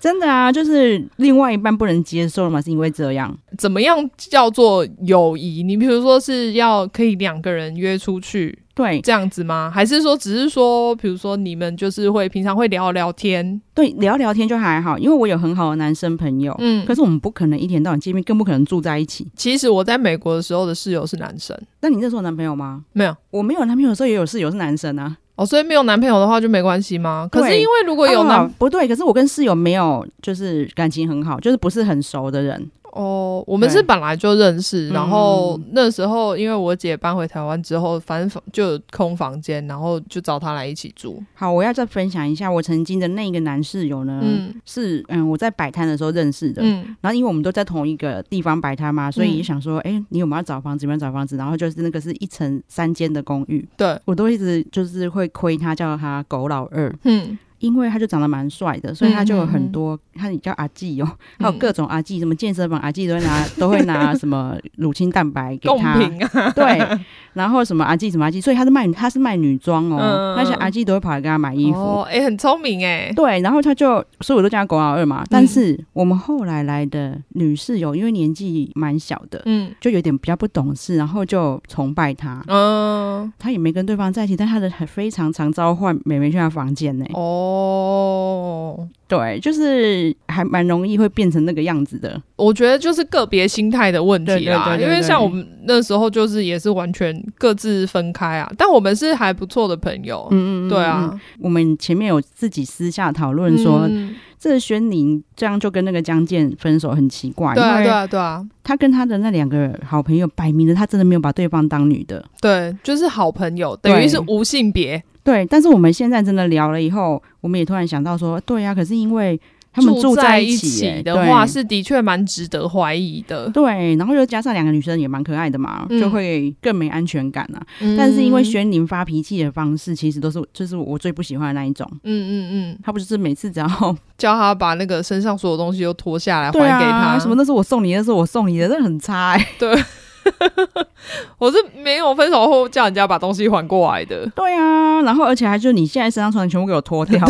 Speaker 1: 真的啊，就是另外一半不能接受嘛，是因为这样，
Speaker 2: 怎么样叫做友谊？你比如说是要可以两个人约出去
Speaker 1: 对
Speaker 2: 这样子吗？还是说只是说，比如说你们就是会平常会聊聊天？
Speaker 1: 对，聊聊天就还好，因为我有很好的男生朋友，
Speaker 2: 嗯
Speaker 1: 哦可，是我们不可能一天到晚见面，更不可能住在一起。
Speaker 2: 其实我在美国的时候的室友是男生，
Speaker 1: 那你那时候有男朋友吗？
Speaker 2: 没有。
Speaker 1: 我没有男朋友的时候也有室友是男生啊，
Speaker 2: 哦，所以没有男朋友的话就没关系吗？可是
Speaker 1: 对
Speaker 2: 因为如果有男
Speaker 1: 啊不对，可是我跟室友没有，就是感情很好，就是不是很熟的人。
Speaker 2: 哦，我们
Speaker 1: 对
Speaker 2: 是本来就认识，
Speaker 1: 嗯
Speaker 2: 然后那时候因为我姐搬回台湾之后，反正房就有空房间，然后就找她来一起住。
Speaker 1: 好，我要再分享一下我曾经的那个男室友呢，
Speaker 2: 嗯
Speaker 1: 是嗯我在摆摊的时候认识的。
Speaker 2: 嗯，
Speaker 1: 然后因为我们都在同一个地方摆摊嘛，所以
Speaker 2: 嗯
Speaker 1: 就想说，哎、你有没有要找房子？有没有要找房子？然后就是那个是一层三间的公寓，
Speaker 2: 对，
Speaker 1: 我都一直就是会亏他，叫他狗老二，
Speaker 2: 嗯，
Speaker 1: 因为他就长得蛮帅的，所以他就有
Speaker 2: 嗯嗯
Speaker 1: 很
Speaker 2: 嗯
Speaker 1: 多，他也叫阿纪哦，还有各种阿纪，什么健身房阿纪都会拿，都会
Speaker 2: *laughs*
Speaker 1: 拿什么乳清蛋白给
Speaker 2: 共
Speaker 1: 他，
Speaker 2: 频啊，
Speaker 1: 对，然后什么阿纪什么阿纪，所以他是卖他是卖女装哦，
Speaker 2: 嗯嗯嗯
Speaker 1: 那些阿纪都会跑来给他买衣服。
Speaker 2: 哦，哎、很聪明哎、
Speaker 1: 对，然后他就，所以我都叫他狗老二嘛。
Speaker 2: 嗯
Speaker 1: 但是我们后来来的女室友，因为年纪蛮小的，
Speaker 2: 嗯
Speaker 1: 就有点比较不懂事，然后就崇拜他。
Speaker 2: 嗯，
Speaker 1: 他也没跟对方在一起，但他的很非常常召唤美眉去他房间呢、
Speaker 2: 哦，
Speaker 1: 对，就是还蛮容易会变成那个样子的。
Speaker 2: 我觉得就是个别心态的问题啦，
Speaker 1: 对对对对对
Speaker 2: 因为像我们那时候就是也是完全各自分开啊，但我们是还不错的朋友，
Speaker 1: 嗯嗯嗯，
Speaker 2: 哦对
Speaker 1: 嗯。
Speaker 2: 啊，
Speaker 1: 我们前面有自己私下讨论说，
Speaker 2: 嗯
Speaker 1: 这轩宁这样就跟那个江建分手很奇怪，
Speaker 2: 对啊，
Speaker 1: 因
Speaker 2: 对
Speaker 1: 为
Speaker 2: 啊，对啊，
Speaker 1: 他跟他的那两个好朋友摆明了他真的没有把对方当女的。
Speaker 2: 对，就是好朋友，等于
Speaker 1: 对
Speaker 2: 是无性别，
Speaker 1: 对，但是我们现在真的聊了以后，我们也突然想到说，对呀、啊可是因为他们
Speaker 2: 住
Speaker 1: 在
Speaker 2: 一
Speaker 1: 起,、欸、
Speaker 2: 的话，是的确蛮值得怀疑的。
Speaker 1: 对，对，然后又加上两个女生也蛮可爱的嘛，
Speaker 2: 嗯
Speaker 1: 就会更没安全感啊。
Speaker 2: 嗯
Speaker 1: 但是因为，轩宁发脾气的方式，其实都是就是我最不喜欢的那一种。
Speaker 2: 嗯嗯嗯，
Speaker 1: 他不就是每次只要
Speaker 2: 叫他把那个身上所有东西都脱下啊来还
Speaker 1: 对
Speaker 2: 给他。
Speaker 1: 啊，什么？那是我送你，那是我送你的，这很差哎、
Speaker 2: 我是没有分手后叫人家把东西还过来
Speaker 1: *laughs*
Speaker 2: 的，
Speaker 1: *laughs* 对啊，然后而且还就是你现在身上穿的全部给我脱掉。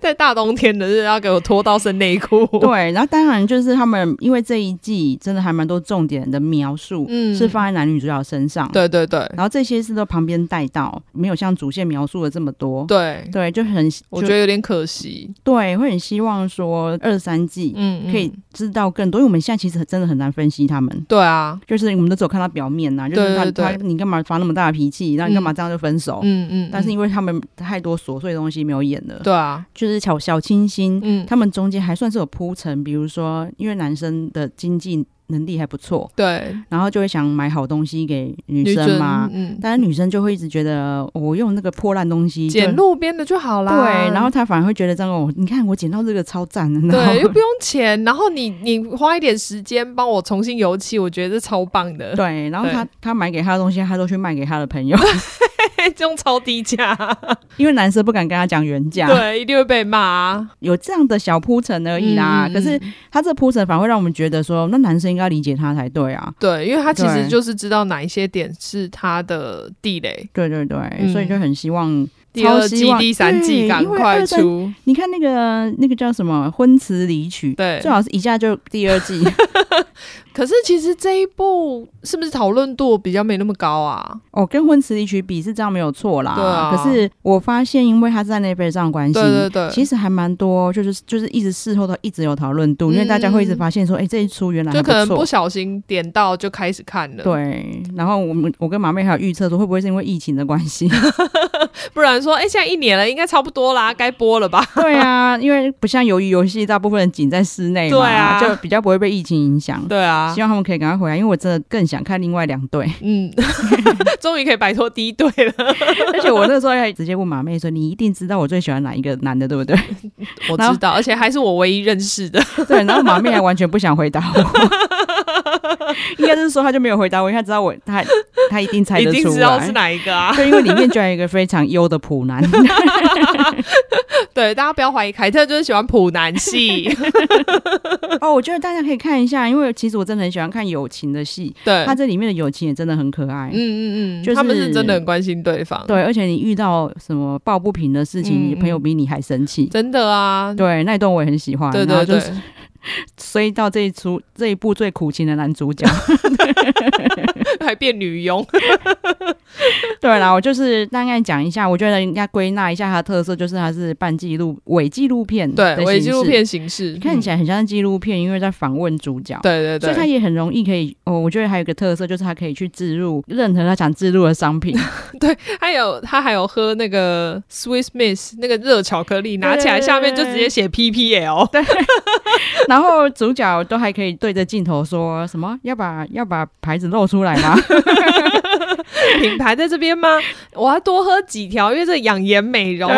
Speaker 2: 在大冬天的，是要给我脱到剩内裤。
Speaker 1: *laughs* 对，啊然后当然就是他们，因为这一季真的还蛮多重点的描述，
Speaker 2: 嗯
Speaker 1: 是放在男女主角身上。。
Speaker 2: 对对对
Speaker 1: 然后这些是都旁边带到，没有像主线描述的这么多。
Speaker 2: 对，
Speaker 1: 对，就很
Speaker 2: 我
Speaker 1: 就
Speaker 2: 觉得有点可惜。
Speaker 1: 对，会很希望说二三季
Speaker 2: 嗯，嗯
Speaker 1: 可以知道更多，因为我们现在其实真的很难分析他们。
Speaker 2: 对啊，
Speaker 1: 就是我们都只有看到表面呐、就是他
Speaker 2: 对对对
Speaker 1: 他你干嘛发那么大的脾气，那你干嘛这样就分手？
Speaker 2: 嗯嗯，
Speaker 1: 哦但是
Speaker 2: 嗯
Speaker 1: 因为他们太多琐碎的东西没有演了，
Speaker 2: 对啊，
Speaker 1: 就是小小清新，
Speaker 2: 嗯，
Speaker 1: 他们中间还算是有铺陈，比如说因为男生的经济能力还不错，
Speaker 2: 对，
Speaker 1: 然后就会想买好东西给女生
Speaker 2: 生
Speaker 1: 嘛，
Speaker 2: 嗯，
Speaker 1: 但是女生就会一直觉得哦我用那个破烂东西就
Speaker 2: 捡路边的就好啦。
Speaker 1: 对，然后她反而会觉得这样哦，你看我捡到这个超赞的，然后
Speaker 2: 对，又不用钱，然后你你花一点时间帮我重新油漆，我觉得这超棒
Speaker 1: *laughs*
Speaker 2: 的，
Speaker 1: 对，然后她
Speaker 2: 对
Speaker 1: 她买给她的东西，她都去卖给她的朋友，
Speaker 2: *laughs* 这种超低价，
Speaker 1: 因为男生不敢跟她讲原价，
Speaker 2: 对，一定会被骂啊
Speaker 1: 有这样的小铺陈而已啦。
Speaker 2: 嗯
Speaker 1: 可是她这铺陈反而会让我们觉得说，那男生应该理解她才对啊。
Speaker 2: 对，因为他其实
Speaker 1: 对
Speaker 2: 就是知道哪一些点是他的地雷，
Speaker 1: 对对对，
Speaker 2: 嗯
Speaker 1: 所以就很希望
Speaker 2: 第二
Speaker 1: 超希
Speaker 2: 季、
Speaker 1: 望
Speaker 2: 第三季
Speaker 1: 对
Speaker 2: 赶
Speaker 1: 因为
Speaker 2: 快
Speaker 1: 二三
Speaker 2: 出，
Speaker 1: 你看那个那个叫什么婚词离曲，
Speaker 2: 对
Speaker 1: 最好是一下就第二季
Speaker 2: 可是其实这一部是不是讨论度比较没那么高啊？
Speaker 1: 哦，跟婚词离曲比是这样没有错啦。
Speaker 2: 对啊
Speaker 1: 可是我发现，因为他是在那边上关系。
Speaker 2: 对对对，
Speaker 1: 其实还蛮多，就是就是一直事后都一直有讨论度，因为大家会一直发现说，哎、这一出原来还
Speaker 2: 嗯就可能
Speaker 1: 错
Speaker 2: 不，小心点到就开始看了，，
Speaker 1: 对。然后我们我跟马妹还有预测说，会不会是因为疫情的关系？ *laughs*
Speaker 2: 不然说哎、现在一年了，应该差不多啦，该播了吧？ *laughs*
Speaker 1: 对啊，因为不像鱿鱼游戏，大部分人仅在室内嘛，
Speaker 2: 对啊
Speaker 1: 就比较不会被疫情影响。
Speaker 2: 对啊
Speaker 1: 希，望他们可以赶快回来，因为我真的更想看另外两队。
Speaker 2: *laughs* 嗯，终于可以摆脱第一队了。
Speaker 1: *laughs* 而且我那时候还直接问马妹说：“你一定知道我最喜欢哪一个男的，对不对
Speaker 2: 我
Speaker 1: 然后
Speaker 2: 知道，而且还是我唯一认识的。？”
Speaker 1: *laughs* 对，然后马妹还完全不想回答我， *laughs* 应该是说她就没有回答我，因为她知道我她她一定猜
Speaker 2: 一
Speaker 1: 得
Speaker 2: 定
Speaker 1: 出
Speaker 2: 知道是
Speaker 1: 来。
Speaker 2: 哪一个
Speaker 1: *laughs*
Speaker 2: 啊？
Speaker 1: 对，因为里面居然有一个非常优的普男，
Speaker 2: *laughs*
Speaker 1: *laughs*
Speaker 2: 对，大家不要怀疑，凯特就是喜欢普男 *laughs* 系。
Speaker 1: 哦，我觉得大家可以看一下，因为其实我真的很喜欢看友情的戏，
Speaker 2: 对，
Speaker 1: 他这里面的友情也真的很可爱
Speaker 2: 嗯。嗯嗯，
Speaker 1: 就是
Speaker 2: 他们是真的很关心对方。，
Speaker 1: 对，而且你遇到什么抱不平的事情，
Speaker 2: 嗯
Speaker 1: 你朋友比你还生气。
Speaker 2: 真的啊。
Speaker 1: 对，那一段我也很喜欢。
Speaker 2: 对
Speaker 1: 然后
Speaker 2: 对
Speaker 1: 就
Speaker 2: 对
Speaker 1: 是，
Speaker 2: *laughs*
Speaker 1: 衰到这一出这一部最苦情的男主角。
Speaker 2: 还变女佣，
Speaker 1: 对啦，我就是大概讲一下，我觉得应该归纳一下它的特色，就是它是半纪录、伪纪录片的
Speaker 2: *laughs*
Speaker 1: 形
Speaker 2: 对，
Speaker 1: 式，
Speaker 2: 伪纪录片形式，
Speaker 1: 看
Speaker 2: 嗯
Speaker 1: 起来很像是纪录片，因为在访问主角。
Speaker 2: 对对
Speaker 1: 所以它
Speaker 2: 对，
Speaker 1: 也很容易可以，哦，我觉得还有一个特色就是它可以去置入任何他想置入的商
Speaker 2: *laughs*
Speaker 1: 品，
Speaker 2: 还有他还有喝那个 Swiss Miss 那个热巧克力，拿起来
Speaker 1: 对
Speaker 2: 下面就直接写 PPL，
Speaker 1: 然后主角都还可以对着镜头说什么要把要把牌子露出来吗？ *laughs*
Speaker 2: *laughs* 品牌在这边吗？我要多喝几条，因为这养颜美容。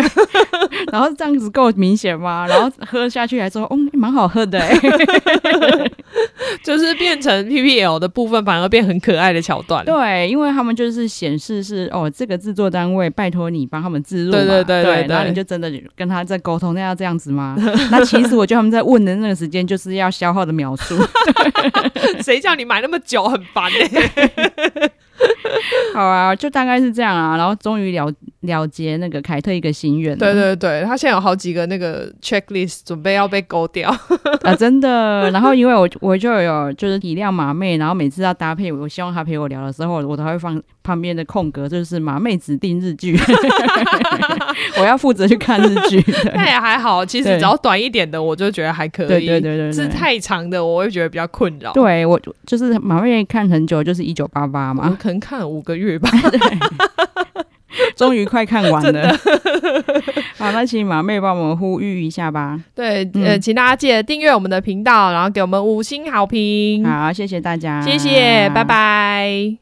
Speaker 1: 然后这样子够明显吗？然后喝下去还说，嗯，蛮好喝的、欸。
Speaker 2: 就是变成 PPL 的部分，反而变很可爱的桥段。
Speaker 1: 对，因为他们就是显示是哦，这个制作单位拜托你帮他们植入嘛，
Speaker 2: 对对对
Speaker 1: 对
Speaker 2: 对对
Speaker 1: 然后你就真的跟他在沟通，那要这样子
Speaker 2: *laughs*
Speaker 1: 吗？那其实我觉得他们在问的那个时间就是要消耗的秒数。
Speaker 2: *laughs*
Speaker 1: *laughs*
Speaker 2: 谁叫你买那么久，很烦哎、
Speaker 1: 好啊，就大概是这样啊，然后终于了了结那个凯特一个心愿了。
Speaker 2: *laughs* 对对对，他现在有好几个那个 checklist 准备要被勾 *laughs* 掉。
Speaker 1: 啊，真的。然后因为我我就有就是体谅马妹，然后每次要搭配，我希望她陪我聊的时候，我都还会放旁边的空格，就是马妹指定日剧， *laughs* 我要负责去看日剧。
Speaker 2: *laughs* 但也还好，其实
Speaker 1: 对
Speaker 2: 只要短一点的，我就觉得还可以。
Speaker 1: 对对对对对对。
Speaker 2: 是太长的，我会觉得比较困扰。
Speaker 1: 对我就是马妹看很久，就是一九八八
Speaker 2: 我
Speaker 1: 嘛，
Speaker 2: 可能看了五个月吧。
Speaker 1: 终于快看完了。 *laughs* 好，那请马妹帮我们呼吁一下吧。
Speaker 2: *laughs* 对，
Speaker 1: 嗯
Speaker 2: 呃，请大家记得订阅我们的频道，然后给我们五星好评。
Speaker 1: 嗯好，谢谢大家，
Speaker 2: 谢谢，拜拜。